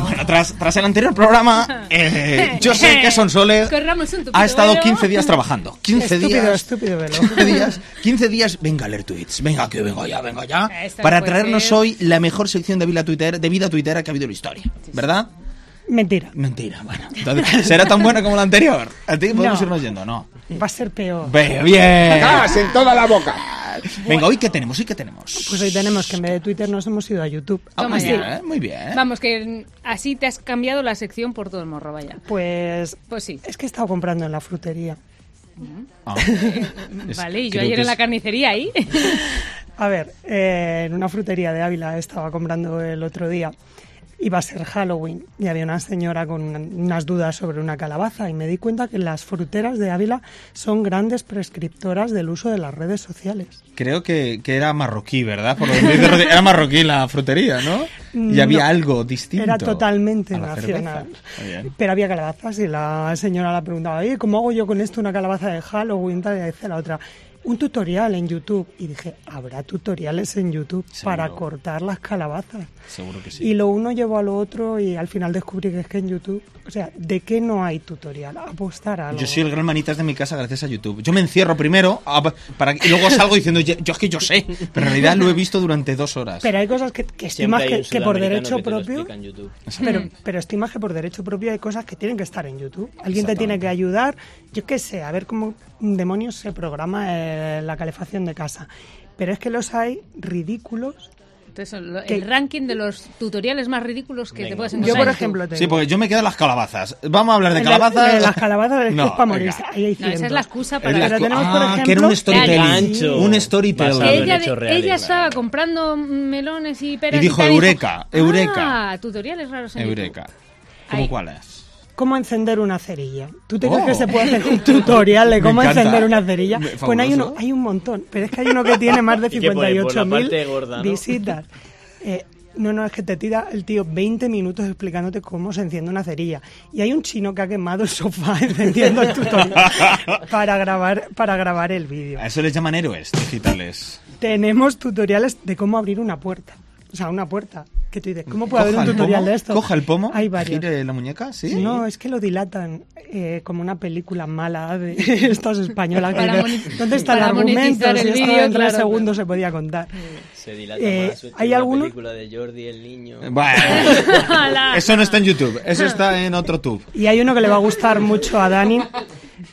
Bueno, tras, tras el anterior programa, eh, yo sé que Sonsole
Corramos un tupido
ha estado
velo.
15 días trabajando. 15
Estúpido,
días.
estúpido velo.
15 días. 15 días, venga a leer tweets. Venga, que vengo ya, vengo ya.
Esto no
Para
puede
traernos
ser.
hoy la mejor sección de vida, Twitter, de vida tuitera que ha habido en la historia. ¿Verdad?
Mentira.
Mentira, bueno. Entonces, ¿será tan buena como la anterior? ¿A ti podemos
No.
irnos yendo? No.
Va a ser peor.
Ve, bien.
en toda la boca!
Venga, ¿hoy qué tenemos? ¿Hoy qué tenemos?
Pues hoy tenemos que en vez de Twitter nos hemos ido a YouTube.
Ah,
Toma
muy
ya.
bien, ¿eh? muy bien.
Vamos, que mm, así te has cambiado la sección por todo el morro, vaya.
Pues
Pues sí.
es que he estado comprando en la frutería.
Ah. Es-
Vale, y yo
creo
ayer
que
en la
es-
carnicería ahí.
A ver, eh, en una frutería de Ávila estaba comprando el otro día. Iba a ser Halloween y había una señora con una- unas dudas sobre una calabaza y me di cuenta que las fruteras de Ávila son grandes prescriptoras del uso de las redes sociales.
Creo que, que era marroquí, ¿verdad? Por lo que me dice Rodri- era marroquí la frutería, ¿no? Y
Mm, No.
había algo distinto.
Era totalmente
a la
nacional.
cerveza. Muy bien.
Pero había calabazas y la señora la preguntaba, oye, ¿cómo hago yo con esto una calabaza de Halloween? Tal, y dice la otra, un tutorial en YouTube. Y dije, habrá tutoriales en YouTube para
Seguro.
cortar las calabazas.
Seguro que sí.
Y lo uno llevó a lo otro y al final descubrí que es que en YouTube, o sea, ¿de qué no hay tutorial? Apostar a algo.
Yo soy el gran manitas de mi casa gracias a YouTube. Yo me encierro primero ah, pa- para, y luego salgo diciendo, yo yo es que yo sé, pero en realidad lo he visto durante dos horas.
Pero hay cosas que, que estoy
Siempre
más
hay
que,
un
que por
sudamericano
derecho
que te lo
propio.
explica en YouTube.
Pero, pero estoy más que por derecho propio hay cosas que tienen que estar en YouTube. Alguien te tiene que ayudar, yo qué sé, a ver cómo demonios se programa eh, la calefacción de casa. Pero es que los hay ridículos.
Entonces, lo-
¿Qué?
el ranking de los tutoriales más ridículos que te
Venga.
puedes
Yo,
encontrar.
por
en YouTube.
ejemplo, tengo...
Sí, porque yo me quedo en las calabazas. Vamos a hablar de
en la-
calabazas.
en las calabazas es que es para
venga.
morirse. Ahí
No,
hay
esa es
cientos.
la excusa
Es
para...
la
Pero
co-
tenemos, por
ah,
ejemplo,
que era un
Gancho.
storytelling. Un
Basado en
storytelling.
ella,
hechos
de- ella
reales, claro.
estaba comprando melones y peras
Y dijo,
tal,
"Eureka, eureka".
Ah, tutoriales raros en
Eureka.
YouTube.
¿Cómo
Ahí.
cuál es?
¿Cómo encender una cerilla? ¿Tú te
Oh.
crees que se puede hacer un tutorial de
Me
cómo
encanta.
encender una cerilla?
Me-
Pues hay,
fabuloso.
uno, hay un montón, pero es que hay uno que tiene más de
Y que por ahí, por la
58.000
parte gorda, ¿no?
visitas. Eh, no, no, es que te tira el tío 20 minutos explicándote cómo se enciende una cerilla. Y hay un chino que ha quemado el sofá encendiendo el tutorial para grabar, para grabar el vídeo.
A eso les llaman héroes digitales.
Tenemos tutoriales de cómo abrir una puerta. O sea, una puerta. Que tú dices, ¿cómo puede haber
Coja
un
el
tutorial
pomo,
de esto?
Coja el pomo,
Hay varios.
gire la muñeca, ¿sí?
No, es que lo dilatan eh, como una película mala de estas españolas. que
Para
de-
moni-
¿Dónde está el
para
argumento?
monetizar
Si
el
esto
vídeo,
en tres
claro.
segundos se podía contar.
Se dilata
Eh,
más.
¿hay
la
alguno?
película de Jordi el niño.
Bueno, eso no está en YouTube, eso está en otro tube.
Y hay uno que le va a gustar mucho a Dani,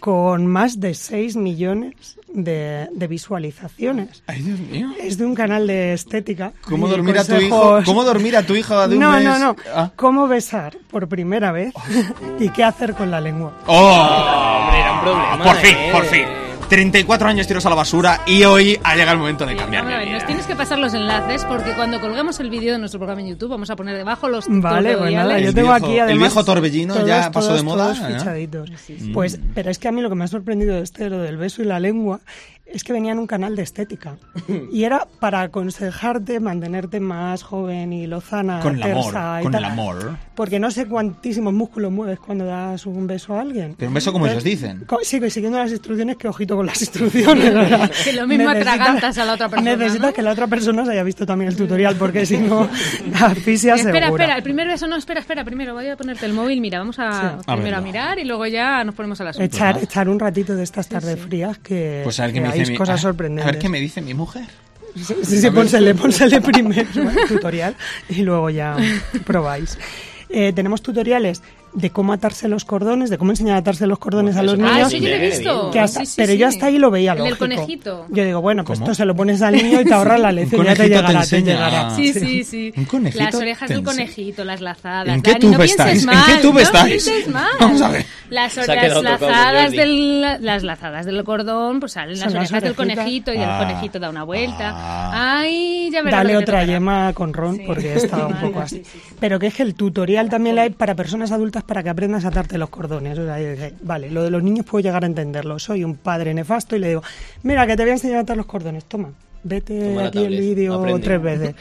con más de 6 millones de, de visualizaciones.
Ay, Dios mío.
Es de un canal de estética.
¿Cómo
y
dormir a tu hijo?
consejos-
¿Cómo dormir a tu hijo de un
no,
mes?
no, no.
Ah.
¿Cómo besar por primera vez y qué hacer con la lengua?
¡Oh!
Hombre, era un problema,
Por fin,
eh.
por fin. 34 años tiros a la basura y hoy ha llegado el momento de cambiar.
Vamos a ver,
mi
nos
vida.
tienes que pasar los enlaces porque cuando colgamos el vídeo de nuestro programa en YouTube vamos a poner debajo los
Vale,
tutoriales.
pues nada, yo
El
tengo
viejo-
aquí
el
además.
viejo torbellino ya pasó de moda,
todos
¿no?
fichaditos.
Mm.
Pues, pero es que a mí lo que me ha sorprendido de este, lo del beso y la lengua, es que venía en un canal de estética. y era para aconsejarte mantenerte más joven y lozana.
Con el amor,
tersa y
con el
tal.
amor.
Porque no sé cuantísimos músculos mueves cuando das un beso a alguien.
Pero un beso como ellos
Entonces,
dicen.
co- Sí, que siguiendo las instrucciones, que ojito con las instrucciones. ¿verdad?
Que lo mismo
Necesita-
atragantas a la otra persona,
Necesitas
¿no?
que la otra persona se haya visto también el tutorial, porque si no, asfixia segura.
Espera, espera, el primer beso no, espera, espera, primero voy a ponerte el móvil, mira, vamos a
Sí.
A
primero a,
verlo.
mirar y luego ya nos ponemos al asunto.
Echar, echar un ratito de estas tardes frías que,
Pues a ver qué
que
me
hay
dice mi...
cosas
a-
sorprendentes.
A ver qué me dice mi mujer.
Sí, sí, sí,
a ver.
pónsele, pónsele primero el tutorial y luego ya probáis. Eh, tenemos tutoriales de cómo atarse los cordones, de cómo enseñar a atarse los
Pues
cordones a los
Ah,
niños.
eso yo lo he visto.
que hasta-
Sí, sí,
pero
sí.
yo hasta ahí lo veía
El del
lógico.
conejito.
Yo digo, bueno, pues
¿Cómo?
esto se lo pones al niño y te ahorras la lección, ya te
conejito te
llegará, te
enseña.
llegará.
Ah,
Sí, sí, sí.
¿Un conejito?
Las orejas del
Tense.
conejito, las lazadas.
¿En qué
Dani, no
tubo
pienses
estáis? ¿En
mal,
qué tubo
no
estáis?
pienses mal.
Vamos a ver.
Las,
Se ha
las
quedado tocado,
lazadas
Jordi.
del, las lazadas del cordón, pues salen las
Son
orejas
las
del
orejitas.
conejito y
Ah.
el conejito da una vuelta.
Ah.
Ay, ya verás.
Dale
lo que te
otra
tocará.
yema con ron
Sí.
porque estaba un
Vale,
poco
sí,
así.
sí, sí.
Pero que es que el tutorial también la hay para personas adultas para que aprendas a atarte los cordones. O sea, yo dije, vale, lo de los niños puedo llegar a entenderlo. Soy un padre nefasto y le digo, mira, que te voy a enseñar a atar los cordones. Toma, vete
Toma la
aquí el
tablet,
vídeo
aprende.
tres veces.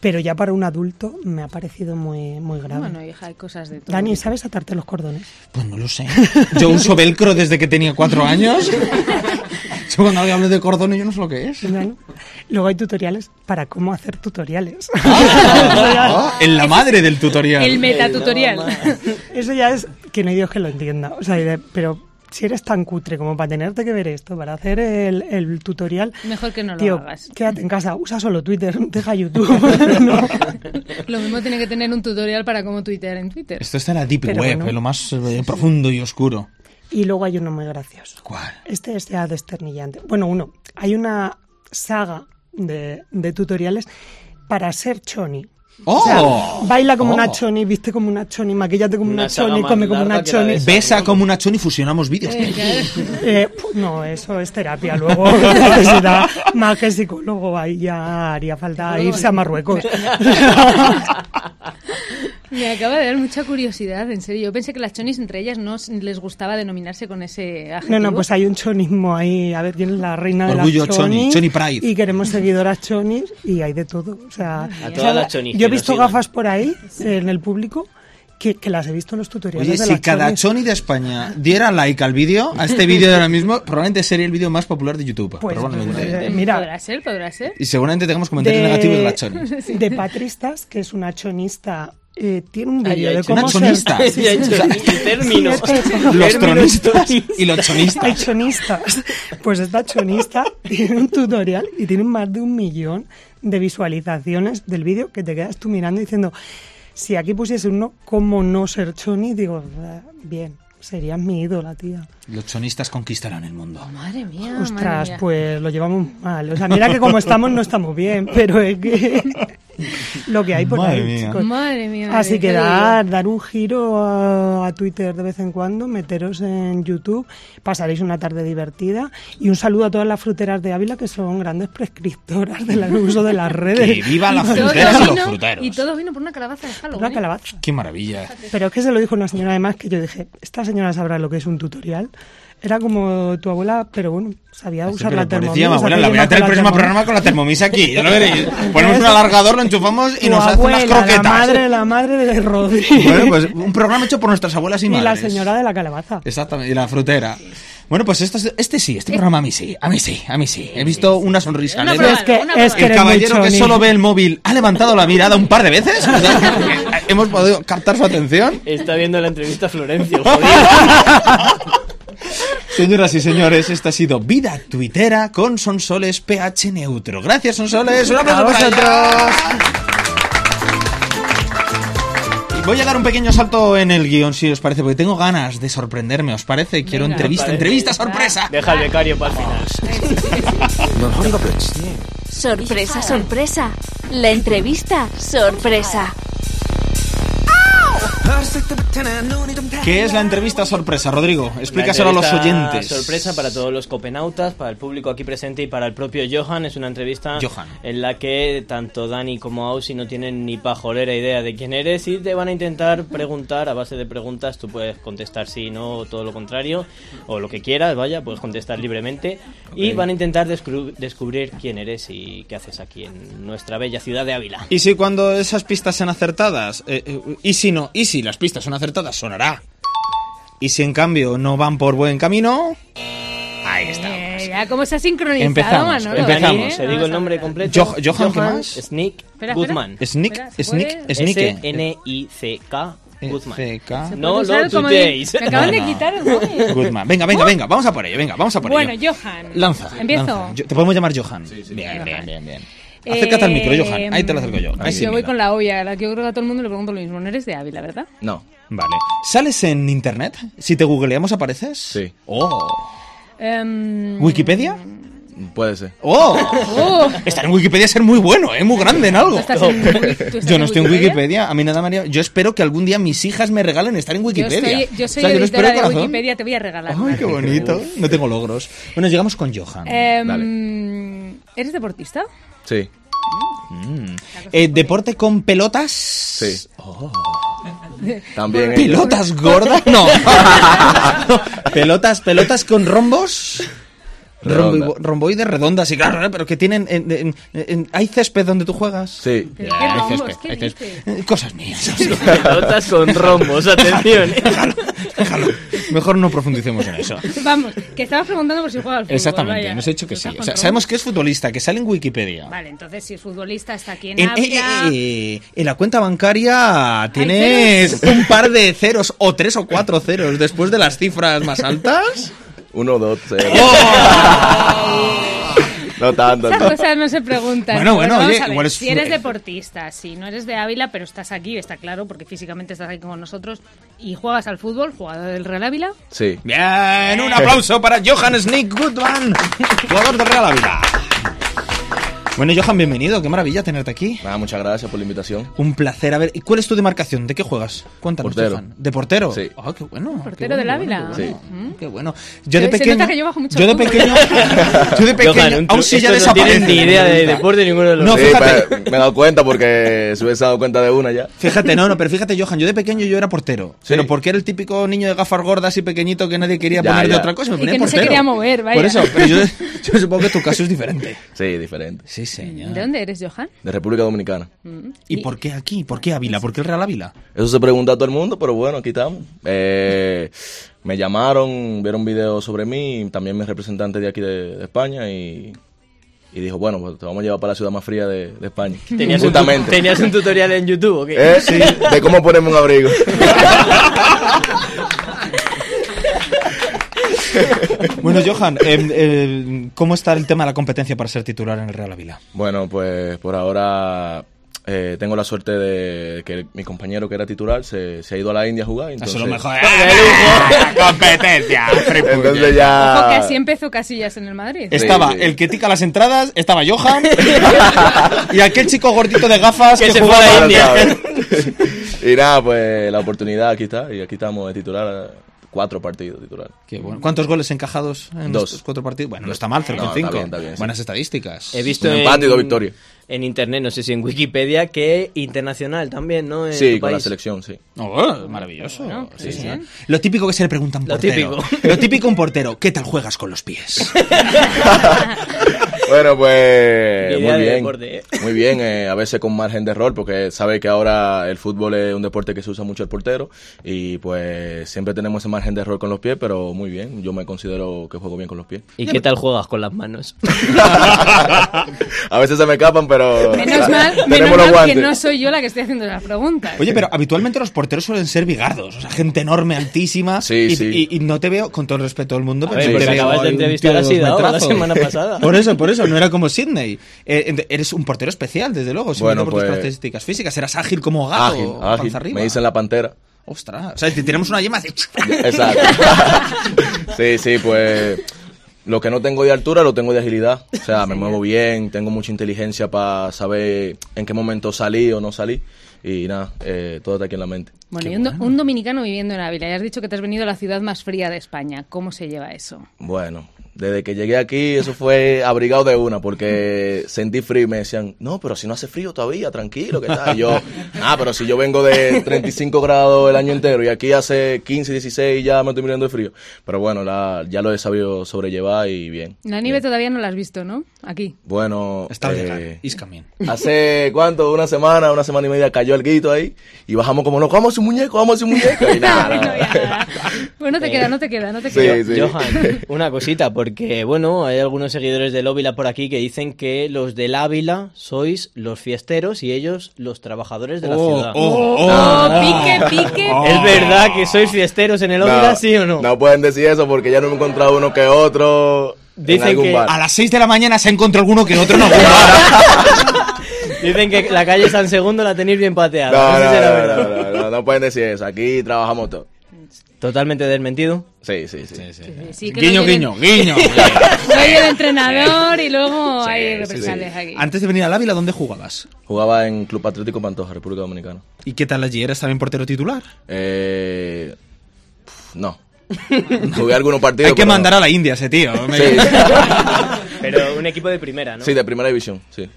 Pero ya para un adulto me ha parecido muy, muy grave.
Bueno, hija, hay cosas de todo.
Dani, ¿sabes atarte los cordones?
Pues no lo sé. Yo uso velcro desde que tenía cuatro años. Yo cuando alguien habla de cordones yo no sé lo que es.
Bueno, Luego hay tutoriales para cómo hacer tutoriales.
Ah, en la madre del tutorial.
El metatutorial.
Eso ya es que no hay Dios que lo entienda. O sea, diré, pero si eres tan cutre como para tenerte que ver esto, para hacer el, el tutorial.
Mejor que no lo
tío,
hagas.
Quédate en casa, usa solo Twitter, deja YouTube. No.
Lo mismo tiene que tener un tutorial para cómo tuitear en Twitter.
Esto está en la deep
Pero
web,
bueno.
en lo más eh, profundo y oscuro.
Y luego hay uno muy gracioso.
¿Cuál?
Este es ya desternillante. Bueno, uno, hay una saga de, de tutoriales para ser choni. O sea,
¡Oh!
baila como
Oh.
una choni, viste como una choni, maquillate como
Una
una,
saga
choni,
más
come como una
larga que la
choni.
de
Besa como una choni y fusionamos vídeos.
Eh, pf, no, eso es terapia. Luego necesidad más que psicólogo. Ahí ya haría falta irse a Marruecos.
Me acaba de dar mucha curiosidad, en serio. Yo pensé que las chonis entre ellas no s- les gustaba denominarse con ese adjetivo.
No, no, pues hay un chonismo ahí. A ver, quién es la reina de
Orgullo
las
choni,
chonis.
choni pride.
Y queremos seguidoras chonis y hay de todo. O sea,
A todas
o sea,
las chonis
Yo he
que
visto
nos sigan.
gafas por ahí en el público que, que las he visto en los tutoriales.
Oye,
de
si
las
cada
chonis.
choni de España diera like al vídeo, a este vídeo de ahora mismo, probablemente sería el vídeo más popular de YouTube.
Pues,
Pero bueno, me gusta.
eh,
Podrá
mira,
ser, podrá ser.
Y seguramente tengamos comentarios negativos de la choni.
de Patristas, que es una chonista, eh, tiene un
Ay,
vídeo
ay,
de
chon-
cómo
Una
ser-
chonista.
Ya he hecho el término.
Sí, es que-
Los
Términos
tronistas y los
Hay
chonistas.
chonistas. Pues esta chonista tiene un tutorial y tiene más de un millón de visualizaciones del vídeo que te quedas tú mirando y diciendo, si aquí pusiese uno, ¿cómo no ser choni? Digo, "Ah, bien, serías mi ídola, tía.
Los chonistas conquistarán el mundo.
Madre mía, madre
Ostras,
mía.
pues lo llevamos mal. O sea, mira que como estamos no estamos bien, pero es que lo que hay por
Madre
ahí,
mía.
chicos.
Madre mía.
Así que
¿qué
dar, dar un giro a, a Twitter de vez en cuando, meteros en YouTube, pasaréis una tarde divertida y un saludo a todas las fruteras de Ávila que son grandes prescriptoras del uso de las
¡Que
redes.
viva la
digo? Y todo
frutera de los
vino-
fruteros!
Y todo vino por una calabaza de Halloween.
Una calabaza.
¡Qué maravilla!
Pero es que se lo dijo una señora además que yo dije, esta señora sabrá lo que es un tutorial. Era como tu abuela, pero bueno, sabía
Sí,
usar
pero
la
pobrecilla,
termomisa.
mi abuela, la voy a
sabía
traer el próximo
con la
programa con la termomisa aquí. Ya lo veréis. Ponemos un alargador, lo enchufamos y
Tu
nos hace unas
abuela,
croquetas.
La madre, la madre de Rodri.
Bueno, pues un programa hecho por nuestras abuelas y,
y la
madres.
señora de la calabaza.
Exactamente, y la frutera. Bueno, pues esto, es- este sí, este programa a mí sí, a mí sí, a mí sí. He visto una sonrisa.
Una
Le
prueba,
veo-
Es que-
una
es
prueba.
que-
el
eres
caballero
muy
que
choni.
solo ve el móvil ha levantado la mirada un par de veces. O sea, Hemos podido captar su atención.
Está viendo la entrevista a Florencio, joder.
Señoras y señores, esta ha sido Vida Twittera con Sonsoles PH Neutro. Gracias, Sonsoles. Un aplauso
A
para
vosotros.
ella. Y Voy a dar un pequeño salto en el guión, si os parece, porque tengo ganas de sorprenderme, ¿os parece? Quiero
Venga.
entrevista,
Parece.
entrevista, sorpresa.
Deja al becario para el final.
Sorpresa, sorpresa. La entrevista, sorpresa.
¿Qué es la entrevista sorpresa, Rodrigo? Explícaselo a
Una
los
entrevista
oyentes.
Sorpresa para todos los copenautas, para el público aquí presente y para el propio Johan. Es una entrevista
Johan.
en la que tanto Dani como Ausi no tienen ni pajolera idea de quién eres y te van a intentar preguntar a base de preguntas. Tú puedes contestar sí, no, o todo lo contrario, o lo que quieras, vaya, puedes contestar libremente. Y van a intentar descru- descubrir quién eres y qué haces aquí en nuestra bella ciudad de Ávila.
¿Y si cuando esas pistas sean acertadas? Eh, eh, ¿Y si no? ¿Y si las pistas son acertadas? Sonará. ¿Y si en cambio no van por buen camino? Ahí está.
Eh, ya, cómo se ha sincronizado,
Empezamos,
Manolo,
empezamos.
¿eh?
Te digo el nombre
Vamos a ver.
completo.
Jo- Johan, ¿qué más?
Sneak
espera.
Goodman.
Sneak,
Espera, ¿se
sneak, Eh,
puede?
sneak.
S-N-I-C-k Guzmán.
FK.
Puedes
No
usar
lo
como de-
tuiteéis.
Me acaban
No,
de
no.
quitar el móvil.
Goodman. Venga, venga, venga. Vamos a por ello. Venga, vamos a por
Bueno,
ello.
Johan.
Lanza.
Empiezo.
lanza. Yo- Te podemos llamar Johan. bien, bien, bien, bien. Acércate al micro, Johan. Ahí te lo acerco yo. Ahí sí,
yo voy
mira.
con la olla. la que Yo creo que a todo el mundo le pregunto lo mismo. No eres de Ávila, ¿verdad?
No.
Vale. ¿Sales en internet? Si te googleamos, ¿apareces?
Sí.
¡Oh!
Em,
¿Wikipedia?
Puede ser.
¡Oh!
Oh.
Estar en Wikipedia es ser muy bueno, ¿eh? Muy grande en algo.
¿Tú estás en Wiki- tú estás
Yo no estoy en
Wikipedia?
Wikipedia, a mí nada María. Yo espero que algún día mis hijas me regalen estar en
Yo,
Wikipedia.
estoy, yo soy
O sea, lo espero
editora de
corazón.
Wikipedia, te voy a regalar.
Ay,
una.
qué bonito. No tengo logros. Bueno, llegamos con Johan.
Em, ¿Eres deportista?
Sí.
Eh, ¿Deporte con pelotas?
Sí. También. eh,
¿Pelotas gordas? No. ¿Pelotas, pelotas con rombos?
Redonda.
Rombo- romboides redondas, sí, claro, ¿eh? pero que tienen... en- en- en- ¿Hay césped donde tú juegas?
Sí.
¿Pero
Ya,
qué
hay
rombos?
césped,
¿Qué
hay césped.
dices?
Eh, Cosas mías.
Pelotas con rombos, atención. eh.
Déjalo. Mejor no profundicemos en eso.
Vamos, que estabas preguntando por si juega al fútbol.
Exactamente,
vaya.
hemos hecho que
Lo estás
sí. O sea,
controlando.
sabemos que es futbolista, que sale en Wikipedia.
Vale, entonces si es futbolista está aquí en,
En, eh,
Ávila.
eh, eh, en la cuenta bancaria tienes un par de ceros o tres o cuatro ceros después de las cifras más altas.
Uno, dos, cero. No tanto.
Esas
no.
cosas no se preguntan.
Bueno, bueno,
vamos
oye,
a ver,
igual es-
si eres deportista, si no eres de Ávila, pero estás aquí, está claro, porque físicamente estás aquí con nosotros y juegas al fútbol, jugador del Real Ávila.
Sí.
Bien, un aplauso para Johan Snake Goodman, jugador de Real Ávila. Bueno, Johan, bienvenido, qué maravilla tenerte aquí.
Nada, muchas gracias por la invitación.
Un placer. A ver, ¿y ¿cuál es tu demarcación? ¿De qué juegas? Cuéntanos,
Portero.
Johan. ¿De portero?
Sí.
Ah, qué bueno. qué
Portero del
bueno,
Ávila.
Qué bueno.
Sí.
Mm, qué bueno. Yo de
Se- se
pequeño.
nota que yo bajo mucho
yo de
fútbol.
pequeño. yo de pequeño.
Johan, un
aún
tru-
si
estos
ya
no
desaparece.
tienen ni idea de deporte ninguno de los
No,
dos.
Sí,
fíjate.
pero me he dado cuenta porque se hubiese dado cuenta de una ya.
Fíjate, no, no, pero fíjate, Johan, yo de pequeño yo era portero.
Sí.
Pero porque era el típico niño de gafas gordas y pequeñito que nadie quería
Ya,
poner de
ya.
otra cosa. Me
Y
ponía
que no se
portero.
quería mover, vaya.
Por eso, pero yo, yo supongo que tu caso es diferente.
Sí, diferente.
Sí, señor.
¿De dónde eres, Johan?
De República Dominicana.
¿Y por qué aquí? ¿Por qué Ávila? ¿Por qué el Real Ávila?
Eso se pregunta a todo el mundo, pero bueno, aquí estamos. Eh, me llamaron, vieron videos sobre mí, también mi representante de aquí de, de España y, y dijo, bueno, pues te vamos a llevar para la ciudad más fría de, de España.
¿Tenías, un tu-
Justamente.
tenías un tutorial en YouTube, ¿o qué?
Eh, sí, de cómo ponerme un abrigo.
Bueno, Johan, em, em, ¿cómo está el tema de la competencia para ser titular en el Real Ávila?
Bueno, pues por ahora eh, tengo la suerte de que mi compañero que era titular se, se ha ido a la India a jugar. Entonces,
eh. ¡Competencia!
Entonces
Ah.
Ojo, que
ya...
así empezó Casillas en el Madrid.
Es-
Estaba
Sí, sí.
el que tica las entradas, estaba Johan y aquel chico gordito de gafas
Que
que,
se fue a
jugaba
la
Ahora
India.
sabes. y nada, pues la oportunidad aquí está. Y aquí estamos de titular, cuatro partidos de titular.
Qué bueno. ¿Cuántos goles encajados en
Dos.
estos cuatro partidos? Bueno, no está mal, 0,5.
No, está bien, está bien, sí.
Buenas estadísticas.
He visto
Un
en,
empate y dos victorias.
en internet, no sé si en Wikipedia, que internacional también, ¿no? En
Sí,
tu
con la
país.
selección, sí.
Oh, maravilloso. Sí, ¿eh?
pues
sí.
bien.
Lo típico que se le pregunta a un
Lo
portero.
típico.
Lo típico a un portero. ¿Qué tal juegas con los pies?
Bueno,
Ni
pues
idea
muy
de
bien.
deporte, ¿eh?
Muy bien, eh, a veces con margen de error, porque sabe que ahora el fútbol es un deporte que se usa mucho el portero y pues siempre tenemos ese margen de error con los pies, pero muy bien, yo me considero que juego bien con los pies.
¿Y qué tal juegas con las manos?
a veces se me escapan, pero
Menos mal,
tenemos
menos
los
mal que
guantes.
no soy yo la que estoy haciendo las preguntas.
Oye, pero habitualmente los porteros suelen ser bigardos. O sea, gente enorme, altísima.
Sí,
y,
sí.
y- y no te veo, con todo el respeto del mundo,
A
pero
ver, pues
no
porque
te veo
acabas de
ahí un
entrevistar
tío de
a
dos
Sidao la
metrazos.
semana pasada.
Por eso, por eso. No era como Sidney. Eh, ent- eres un portero especial, desde luego. simplemente
Bueno,
por tus
pues-
características físicas. Eras ágil como gato.
Ágil,
panza
ágil.
arriba.
Me dicen la pantera.
Ostras. O sea, te tiramos una yema así.
Exacto. sí, sí, pues lo que no tengo de altura lo tengo de agilidad. O sea, me muevo bien, tengo mucha inteligencia para saber en qué momento salí o no salí. Y nada, eh, todo está aquí en la mente.
Bueno, y un, do- un dominicano viviendo en Ávila, ya has dicho que te has venido a la ciudad más fría de España. ¿Cómo se lleva eso?
Bueno, desde que llegué aquí, eso fue abrigado de una, porque sentí frío y me decían, no, pero si no hace frío todavía, tranquilo, que tal. Y yo, ah, pero si yo vengo de 35 grados el año entero y aquí hace 15, 16 y ya me estoy mirando de frío. Pero bueno, la- ya lo he sabido sobrellevar y bien.
La nieve todavía no la has visto, ¿no? Aquí.
Bueno,
Está
eh,
bien. Iscamín.
hace cuánto, una semana, una semana y media cayó el guito ahí y bajamos como loco, vamos a un muñeco, vamos a un muñeco y nada.
No, no
nada.
había nada. Bueno,
Eh.
te queda, no te queda, no te
Sí,
queda.
sí.
Johan, una cosita, porque bueno, hay algunos seguidores del Ávila por aquí que dicen que los del Ávila sois los fiesteros y ellos los trabajadores de la ciudad.
Oh, pique, pique.
Oh.
¿Es verdad que sois fiesteros en el Ávila, sí o no?
No pueden decir eso porque ya no he encontrado uno que otro
Dicen
algún
que-
bar.
A las 6 de la mañana se encontró alguno que otro no.
Dicen que la calle San Segundo la tenéis bien pateada.
No,
Eso será
no, no,
verdad.
no, no, no, no pueden decir eso. Aquí trabajamos todos.
Totalmente desmentido.
Sí, sí, sí.
Sí, que
guiño,
no
guiño, guiño.
Soy el entrenador y luego hay represalias aquí.
Antes de venir al Ávila, ¿dónde jugabas?
Jugaba en Club Patriótico Pantoja, República Dominicana.
¿Y qué tal allí? ¿Eras también portero titular?
Eh, pf, no. Jugué algunos partidos.
Hay que
pero no.
mandar a la India ese tío. Me-
Sí,
Pero un equipo de primera, ¿no?
sí, de primera división, sí.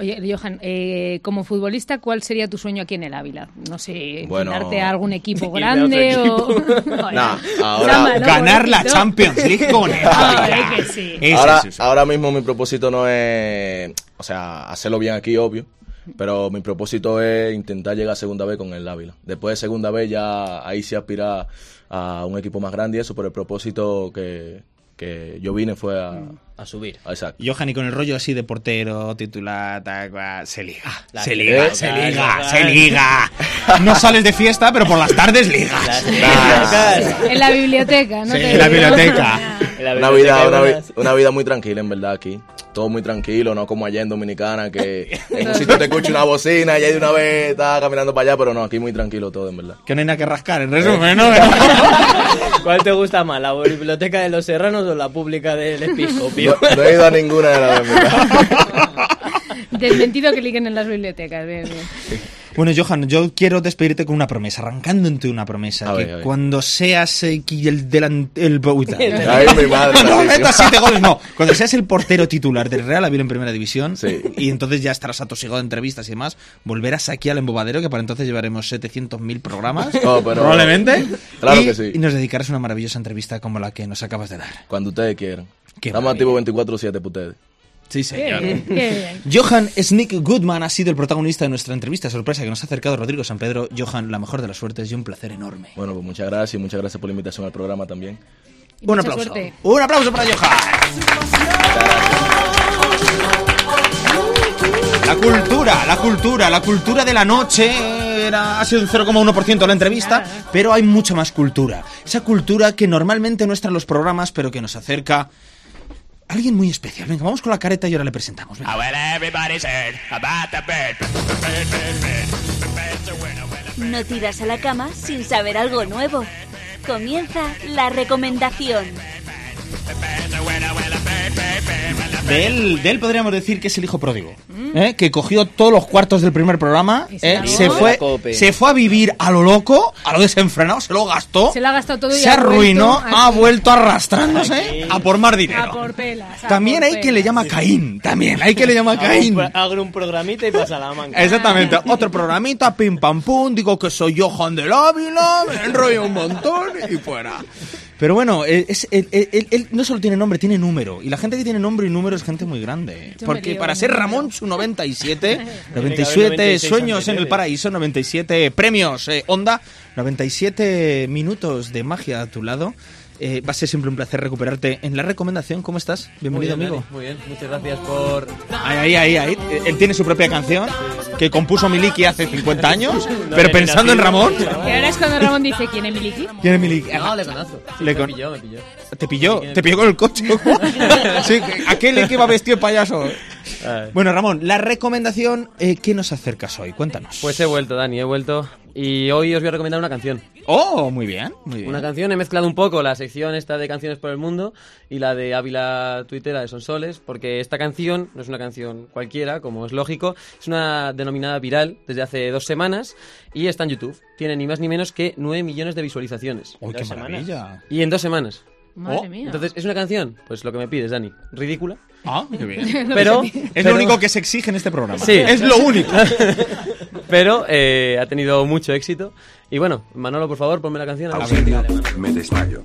Oye, Johan, eh, como futbolista, ¿cuál sería tu sueño aquí en el Ávila? No sé,
Bueno.
darte a algún equipo
Irme a otro
grande o...
equipo.
Joder.
Nah, ahora-
Chama, ¿no?
Ganar la
Pobrecito.
Champions League con el
Joder,
Ávila.
que sí.
Ese
ahora,
es-
ahora mismo mi propósito no es, o sea, hacerlo bien aquí, obvio, pero mi propósito es intentar llegar a segunda B con el Ávila. Después de segunda B ya ahí se aspira a un equipo más grande y eso, pero el propósito que, que yo vine fue a...
A subir.
a exacto.
Johan, y con el rollo así de portero, titular, tal, cual, se liga,
La
se
que-
liga,
eh,
se
la-
liga,
la-
se liga. No sales de fiesta, pero por las tardes ligas.
En la biblioteca, ¿no?
Sí,
Te
en la
digo.
biblioteca.
La
Una
biblioteca
vida,
hay
una, vi-
buenas.
una vida muy tranquila, en verdad, aquí. Todo muy tranquilo, no como allá en Dominicana, que en un sitio te escucha una bocina y ahí de una vez estás caminando para allá, pero no, aquí muy tranquilo todo, en verdad.
Que no hay nada que rascar, en resumen, ¿no?
¿Cuál te gusta más, la biblioteca de los serranos o la pública del
No,
episcopio?
no he ido a ninguna de las dos, en verdad.
Desmentido que liguen en las bibliotecas. bien, bien.
Bueno, Johan, yo quiero despedirte con una promesa, arrancándote una promesa.
A
que
ver, a ver.
cuando seas eh, qui- el delante... El... uy, tal.
Ay, mi madre.
No
santísima.
metas siete goles, no. Cuando seas el portero titular del Real Ávila en Primera División,
Sí.
y entonces ya estarás atosigado de entrevistas y demás, volverás aquí al embobadero, que para entonces llevaremos 700.000 programas,
No, pero-
probablemente.
Claro
y,
que sí.
Y nos dedicarás una maravillosa entrevista como la que nos acabas de dar.
Cuando ustedes quieran.
Qué
Estamos
maravilla.
activos 24-7 para ustedes.
Sí, señor.
Qué bien.
Johan Sneak Goodman ha sido el protagonista de nuestra entrevista sorpresa que nos ha acercado Rodrigo San Pedro. Johan, la mejor de las suertes y un placer enorme.
Bueno, pues muchas gracias y muchas gracias por la invitación al programa también.
Y
Un
mucha
aplauso.
suerte.
Un aplauso para Johan. La cultura, la cultura, la cultura de la noche era, ha sido un 0,1% la entrevista, pero hay mucha más cultura. Esa cultura que normalmente no está en los programas, pero que nos acerca a alguien muy especial. Venga, vamos con la careta y ahora le presentamos. Venga.
No tiras a la cama sin saber algo nuevo. Comienza la recomendación.
De él, de él podríamos decir que es el hijo pródigo, ¿eh? que cogió todos los cuartos del primer programa,
Y Mm. se
¿eh?
la
se,
gastó.
fue,
La cope.
se fue a vivir a lo loco, a lo desenfrenado, se lo gastó,
Se lo ha gastado todo y
se
ha
arruinó,
vuelto
ha
aquí.
vuelto arrastrándose a por más dinero.
A por pelas. a
también
por
hay que le
pelas.
llama Caín, también hay que le llama
Hago un,
Caín.
pro- hago un programita y pasa a la manga.
Exactamente, otro programita, pim pam pum, digo que soy yo Juan del Ávila, me enrollo un montón y fuera. Pero bueno, eh, es- él, él- él- él no solo tiene nombre, tiene número. Y la gente que tiene nombre y número es gente muy grande.
Yo me
Porque
lío
para
con
ser
número.
Ramón, su 97,
haber
97
96
sueños en el
anteriores.
paraíso, 97 premios eh, Onda, 97 minutos de magia a tu lado. Eh, va a ser siempre un placer recuperarte en la recomendación. ¿Cómo estás?
Muy
Bienvenido,
bien,
amigo.
Dani, Muy bien, muchas gracias por...
Ahí, ahí, ahí, ahí. Él tiene su propia canción que compuso Miliki hace 50 años,
No
pero
era
pensando en
ni
Ramón.
nacido.
Y ahora es cuando Ramón dice, ¿quién es Miliki?
¿Quién es Miliki?
No, le conozco. Sí,
Le
me
con-
pilló, me pilló.
Te pilló, te pilló con el coche. sí, aquel que iba vestido de payaso. Bueno, Ramón, la recomendación, eh, ¿qué nos acercas hoy? Cuéntanos.
Pues he vuelto, Dani, he vuelto. Y hoy os voy a recomendar una canción.
Oh, muy bien, muy bien.
Una canción, he mezclado un poco la sección esta de Canciones por el Mundo y la de Ávila Twittera de Sonsoles, porque esta canción no es una canción cualquiera, como es lógico, es una denominada viral desde hace dos semanas y está en YouTube. Tiene ni más ni menos que 9 millones de visualizaciones.
Uy, qué maravilla.
Y en dos semanas.
Madre
Oh,
mía.
Entonces, ¿es una canción? Pues lo que me pides, Dani. Ridícula.
Ah, qué bien.
Pero,
Es
pero-
lo único que se exige en este programa.
Sí.
Es lo único.
Pero eh, ha tenido mucho éxito. Y bueno, Manolo, por favor, ponme la canción.
Auxilio, me desmayo.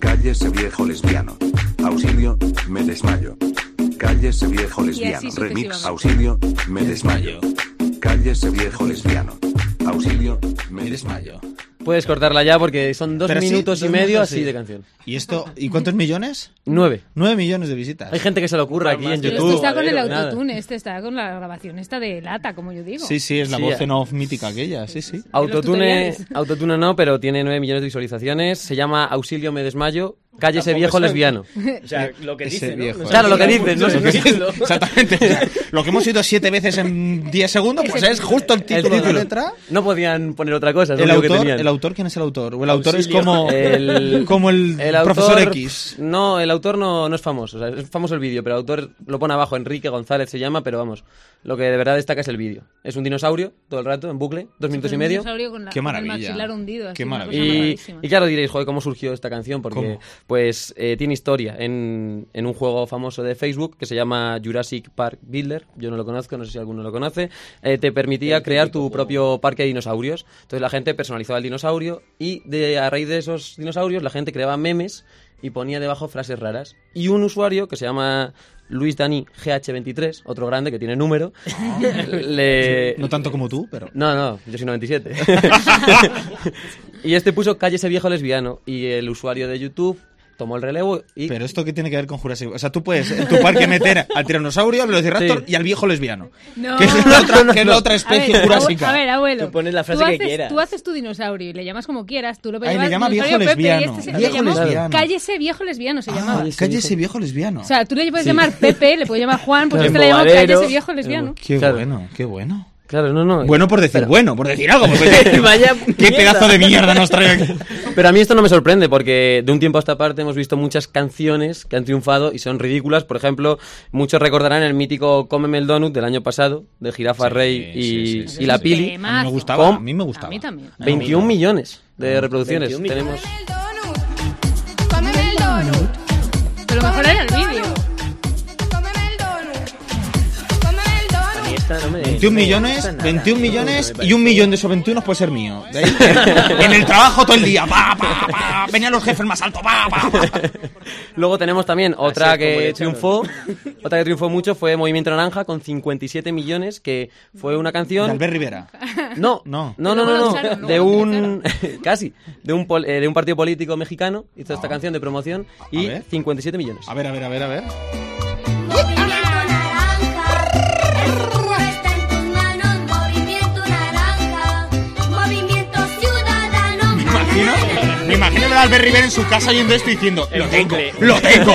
Cállese viejo lesbiano. Auxilio, me desmayo. Cállese viejo lesbiano. Remix,
sucesivamente.
auxilio, me desmayo. Cállese viejo lesbiano. Auxilio, me desmayo.
Puedes cortarla ya porque son dos
Pero sí,
minutos
dos
y medio
minutos,
así
sí.
de canción.
¿Y esto? ¿Y cuántos millones?
Nueve.
9 millones de visitas.
Hay gente que se lo ocurra aquí en
Pero
YouTube.
este está con el
Nada.
autotune, este está con la grabación esta de lata, como yo digo.
Sí, sí, es la
Sí,
voz
eh.
en off mítica aquella, sí, sí.
Autotune,
tutoriales.
autotune no, pero tiene 9 millones de visualizaciones. Se llama Auxilio me desmayo Calle ese
Tampoco
viejo
es-
lesbiano.
O sea, lo que
Ese
dice, ¿no?
viejo.
O sea,
Claro, lo que
digamos,
dices, no sé
lo que
qué.
dice, ¿no?
Exactamente. o sea, lo que hemos ido siete veces en diez segundos, pues es justo el título, de la letra.
No podían poner otra cosa, es lo
El
único que
autor,
tenían.
el autor, ¿quién es el autor? O el autor
Auxilio.
es como el, como el,
El autor-
profesor X.
No, el autor no, no es famoso. o sea, es famoso el vídeo, pero el autor lo pone abajo. Enrique González se llama, pero vamos. Lo que de verdad destaca es el vídeo. Es un dinosaurio todo el rato, en bucle, dos minutos y medio.
Qué maravilla. Qué maravilla.
Y, y claro diréis, joder, ¿cómo surgió esta canción? Porque
¿Cómo?
pues eh, tiene historia en, en un juego famoso de Facebook que se llama Jurassic Park Builder. Yo no lo conozco, no sé si alguno lo conoce. Eh, te permitía crear tu propio parque de dinosaurios. Entonces la gente personalizaba el dinosaurio y de, a raíz de esos dinosaurios la gente creaba memes y ponía debajo frases raras. Y un usuario que se llama... Luis Dani GH23, otro grande que tiene número. le,
No tanto como tú, pero.
no, no, yo soy 97. y este puso calle ese viejo lesbiano y el usuario de YouTube tomó el relevo y...
Pero esto qué tiene que ver con Jurassic. O sea, tú puedes en tu parque meter al tiranosaurio, al velociraptor
Sí.
y al viejo lesbiano.
No.
Que es la otra, que es la otra
A ver,
especie
abue-
jurásica.
A ver, abuelo.
Tú pones la frase
tú
que
haces,
quieras.
Tú haces tu dinosaurio y le llamas como quieras. Tú lo
Ay,
llamas
le llama viejo
dinosaurio Pepe y
lesbiano.
este se-
Viejo
le llamó
lesbiano. Ah,
Cállese viejo lesbiano se llamaba.
ese
cállese viejo lesbiano.
O sea, tú le puedes
Sí.
llamar Pepe, le puedes llamar Juan, pues
Claro.
este le llamo
Embobadero.
Cállese viejo lesbiano.
Qué
Claro.
bueno, qué bueno.
Claro, no, no.
Bueno por decir bueno, por decir algo. porque-
Vaya
qué
mierda.
pedazo de mierda nos trae aquí.
Pero a mí esto no me sorprende porque de un tiempo a esta parte hemos visto muchas canciones que han triunfado y son ridículas. Por ejemplo, muchos recordarán el mítico Cómeme el Donut del año pasado, de Jirafa Rey y,
sí, sí, sí,
y la
sí.
Pili.
Temazo.
A mí me gustaba, a
Com-
mí me gustaba.
A mí también.
21 millones de reproducciones.
21 millones.
Tenemos...
Cómeme el donut.
Pero lo mejor era el vídeo.
Cómeme el donut. Cómeme el donut.
A mí esta no me-
21
no me
millones,
gusta nada.
21
No,
millones
no me
y un millón de esos 21 puede ser mío. De ahí- en el trabajo todo el día. Pa, pa, pa, venían los jefes más altos. Pa, pa, pa.
Luego tenemos también
Así
otra
es como
que
le echaron.
triunfó, otra que triunfó mucho fue Movimiento Naranja con 57 millones, que fue una
De
canción.
Albert Rivera.
No,
No.
no, no, no,
Luego lo
no,
echaron,
de
luego lo
un casi de un pol- eh, de un partido político mexicano hizo esta canción de promoción y
Ah. ver.
57 millones.
A ver, a ver, a ver, a ver.
Movimiento naranja, el rumbo está en tus manos. Movimiento naranja, movimiento ciudadano.
Me imagino, me imagino ver a Albert Rivera en su casa oyendo esto y diciendo, lo tengo,
bucle.
lo tengo,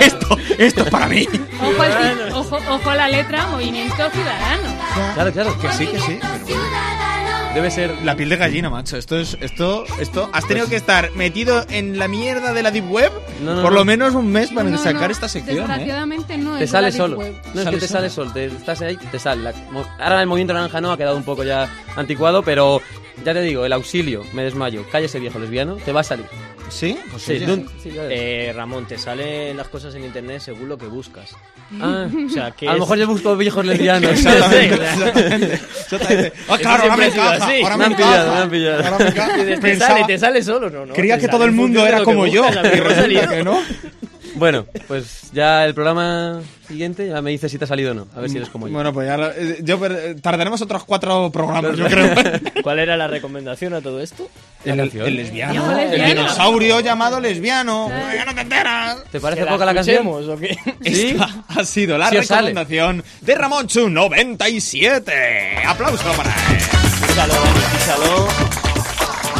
esto, esto es para mí.
Ojo, al ti- ojo, ojo a la letra, movimiento ciudadano.
Claro, claro.
Que sí, que sí. pero bueno.
Debe ser
La piel de gallina, macho. Esto es, esto, esto. Has tenido que estar metido en la mierda de la deep web
Pues No, no,
por
no.
lo menos un mes para
No,
sacar
no,
esta sección. ¿eh?
Desgraciadamente no
te
es la
sale
Deep
solo.
Web.
No es que te sale solo, te, estás ahí, te sale. La- mo- ahora el movimiento naranja no ha quedado un poco ya anticuado, pero ya te digo, el auxilio, me desmayo, cállese viejo lesbiano, te va a salir.
Sí, pues
Sí,
oye.
de un- ya ves.
Eh, Ramón, te salen las cosas en internet según lo que buscas.
Ah.
O sea, que
A lo
es-
mejor yo busco viejos lesbianos.
Sí,
Exactamente,
claro.
exactamente, exactamente. Ah, claro,
Eso
ahora
siempre
me
ha sido
encaja,
así.
ahora
Me han
encaja,
pillado, me han pillado.
ahora me encaja.
Dices, te
Pensaba-
sale, te sale solo, no, no.
Creía
te
que
sale
todo el
en
mundo
función de
era
lo
como
que
yo,
buscas, a ver,
y
no ha
resulta
salido.
que no.
Bueno, pues ya el programa siguiente ya me dices si te ha salido o no. A ver si eres como yo.
Bueno, pues ya lo- eh, yo eh, tardaremos otros cuatro programas, yo creo.
¿Cuál era la recomendación a todo esto?
La canción.
El lesbiano,
Viejo
el
lesbiano.
dinosaurio llamado lesbiano. Ya no te enteras.
¿Te parece
¿Que
poco la canción?
escuchemos o qué?
¿Sí?
Esta ha sido la
Sí os sale.
recomendación de Ramón Chu 97. Aplauso para él.
Písalo, Dani, písalo.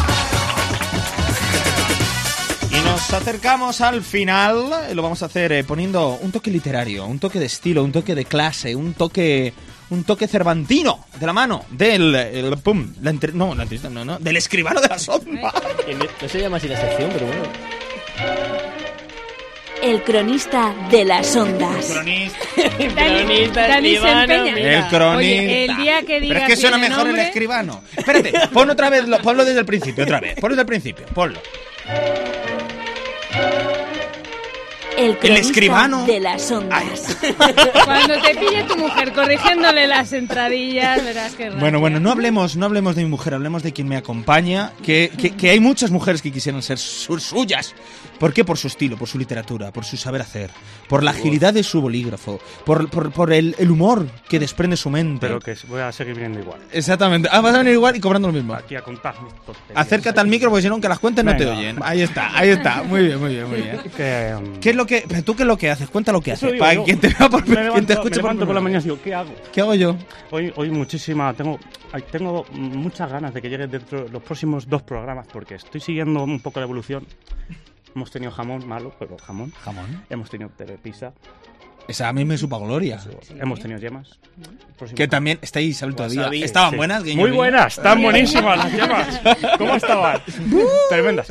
Y nos acercamos al final. Lo vamos a hacer eh, poniendo un toque literario, un toque de estilo, un toque de clase, un toque. Un toque cervantino de la mano del. el- pum, la entre- no, la entrevista no, no, del escribano de la sombra.
Que No no se llama así la sección, pero bueno.
El cronista de las ondas.
Dani, Dani se empeña.
El cronista.
Oye, el día que diga
Pero es que suena
tiene
mejor el
nombre-
escribano. Espérate, pon otra vez, lo- ponlo desde el principio, otra vez. Ponlo desde el principio, ponlo.
El cronista
escribano.
de las ondas.
Cuando te pille tu mujer corrigiéndole las entradillas, verás que
Bueno, bueno, no hablemos, no hablemos de mi mujer, hablemos de quien me acompaña, que, que- que hay muchas mujeres que quisieran ser su- suyas. ¿Por qué? Por su estilo, por su literatura, por su saber hacer, por la agilidad de su bolígrafo, por, por- por el, el humor que desprende su mente.
Pero que voy a seguir viniendo igual.
Exactamente. Ah, vas a venir igual y cobrando lo mismo.
Aquí a contar mis tonterías.
Acércate al micro porque si no, aunque las cuentes no te
Venga.
oyen. Ahí está, ahí está. Muy bien, muy bien, muy bien.
Que, um,
¿Qué es lo que, pero tú qué es lo que haces? Cuenta lo que
eso
haces.
digo
Para
yo.
quien te vea por,
Me
quien
levanto-
te escuche
me levanto por la mañana
primera vez.
y digo, ¿qué hago?
¿Qué hago yo?
Hoy, hoy muchísima, tengo, ay, tengo muchas ganas de que llegue dentro de los próximos dos programas porque estoy siguiendo un poco la evolución Hemos tenido jamón malo, pero jamón.
Jamón.
Hemos tenido pizza.
Esa a mí me supo a gloria.
Hemos tenido yemas. Próximo
Que también estáis al todavía.
Wasabi.
Estaban
Pues Sí.
buenas, guiño,
Muy
guiño.
buenas, están buenísimas las yemas. ¿Cómo estaban? Tremendas.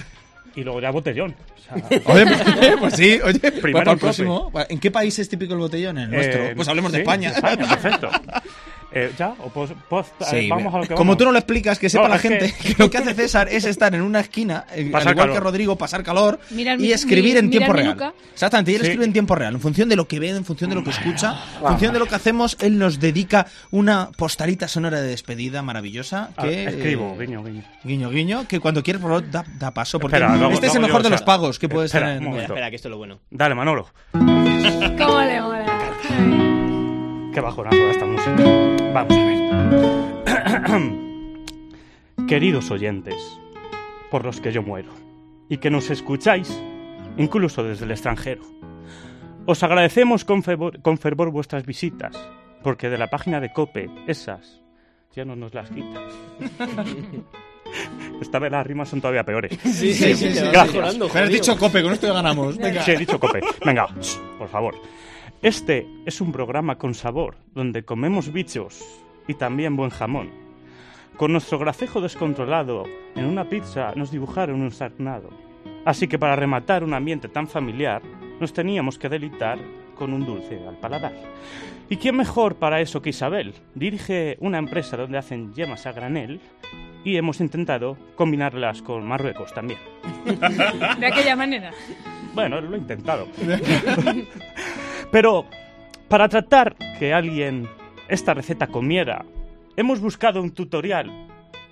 Y luego ya botellón. O sea,
Uh. Oye, pues- pues sí, oye, pues
Primero
para el
el cope.
próximo. ¿En qué país es típico el botellón? En el nuestro.
eh,
Pues hablemos de
sí,
España.
perfecto. Eh, ya, o pos- pos- eh,
Sí,
vamos a lo que
como
vamos.
tú no lo explicas, que sepa
No,
la
es que-
gente que... lo que hace César es estar en una esquina, eh, al
Pasar
igual
calor.
que Rodrigo, pasar calor
Mirar
y
mi-
escribir
mi-
en tiempo
mirar mi
real.
nuca.
Exactamente, y él
Sí.
escribe en tiempo real, en función de lo que ve, en función de lo que escucha, en función de lo que hacemos, él nos dedica una postalita sonora de despedida maravillosa.
Ah,
Que, eh,
escribo, guiño, guiño.
Guiño, guiño, que cuando quieres por favor, da, da paso, porque
Espera, luego-
este es el
luego yo,
mejor de
o sea,
los pagos que puedes
espera, un
tener.
momento.
Espera, que esto es lo bueno.
Dale, Manolo.
¿Cómo le mola?
Qué bajonazo da esta música. Vamos a ver. Queridos oyentes, por los que yo muero, y que nos escucháis, incluso desde el extranjero, os agradecemos con fervor, con fervor vuestras visitas, porque de la página de Cope, esas ya no nos las quitan. Esta vez las rimas son todavía peores.
Sí,
sí, sí, sí, sí.
Gracias.
Me has dicho cope, con esto ya ganamos. Venga.
Sí, he dicho cope. Venga, shh, por favor. Este es un programa con sabor, donde comemos bichos y también buen jamón. Con nuestro gracejo descontrolado, en una pizza nos dibujaron un sarnado. Así que para rematar un ambiente tan familiar, nos teníamos que deleitar con un dulce al paladar. ¿Y quién mejor para eso que Isabel? Dirige una empresa donde hacen yemas a granel y hemos intentado combinarlas con Marruecos también.
De aquella manera.
Bueno, lo he intentado. Pero para tratar que alguien esta receta comiera, hemos buscado un tutorial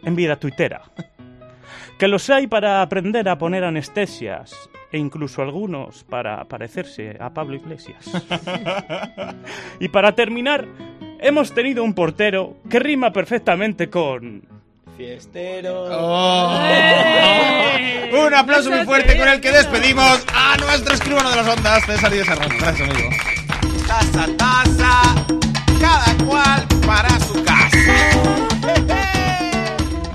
en vida tuitera. Que los hay para aprender a poner anestesias e incluso algunos para parecerse a Pablo Iglesias. y para terminar, hemos tenido un portero que rima perfectamente con...
Fiestero.
Oh. Un aplauso muy fuerte con el que despedimos a nuestro escribano de las ondas, César Díaz Serrano. Gracias, amigo.
Taza, taza, cada cual para su casa.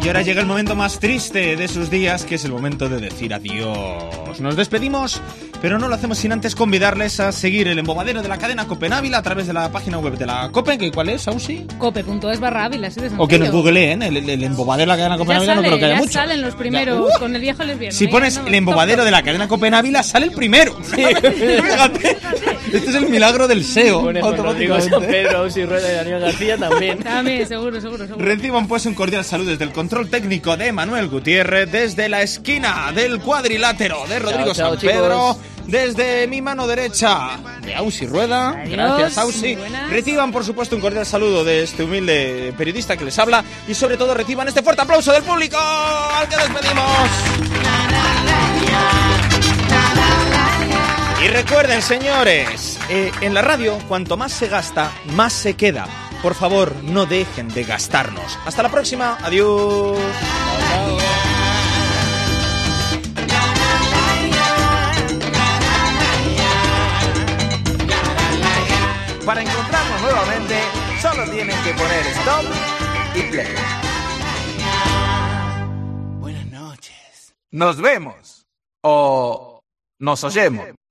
Y ahora llega el momento más triste de sus días, que es el momento de decir adiós. Nos despedimos, pero no lo hacemos sin antes convidarles a seguir el embobadero de la cadena Copenávila a través de la página web de la Copen, que cuál es, Ausi.
Cope.es barra Ávila, así de
O que nos
sencillo.
googleen, ¿eh? el, el- el embobadero de la cadena
Ya,
Copenávila
sale,
no creo que haya
ya
mucho.
salen los
Ya,
primeros
¡uh!
con el viejo lesbiano. ¿eh?
Si pones el embobadero de la cadena Copenávila, sale el primero. Fíjate. Este es el milagro del SEO.
Pone Juan Rodrigo San
automáticamente.
Pedro, Ausi Rueda y Daniel García también.
Dame, seguro, seguro, seguro.
Reciban pues un cordial saludo desde el control técnico de Manuel Gutiérrez, desde la esquina del cuadrilátero de Rodrigo
Chao, chao,
San Pedro,
chicos.
desde mi mano derecha de Ausi Rueda. Gracias, Ausi.
buenas.
Reciban por supuesto un cordial saludo de este humilde periodista que les habla y sobre todo reciban este fuerte aplauso del público al que despedimos. Y recuerden, señores, eh, en la radio, cuanto más se gasta, más se queda. Por favor, no dejen de gastarnos. Hasta la próxima. Adiós.
Para encontrarnos nuevamente, solo tienen que poner stop y play. Buenas noches. Nos vemos. O nos oyemos.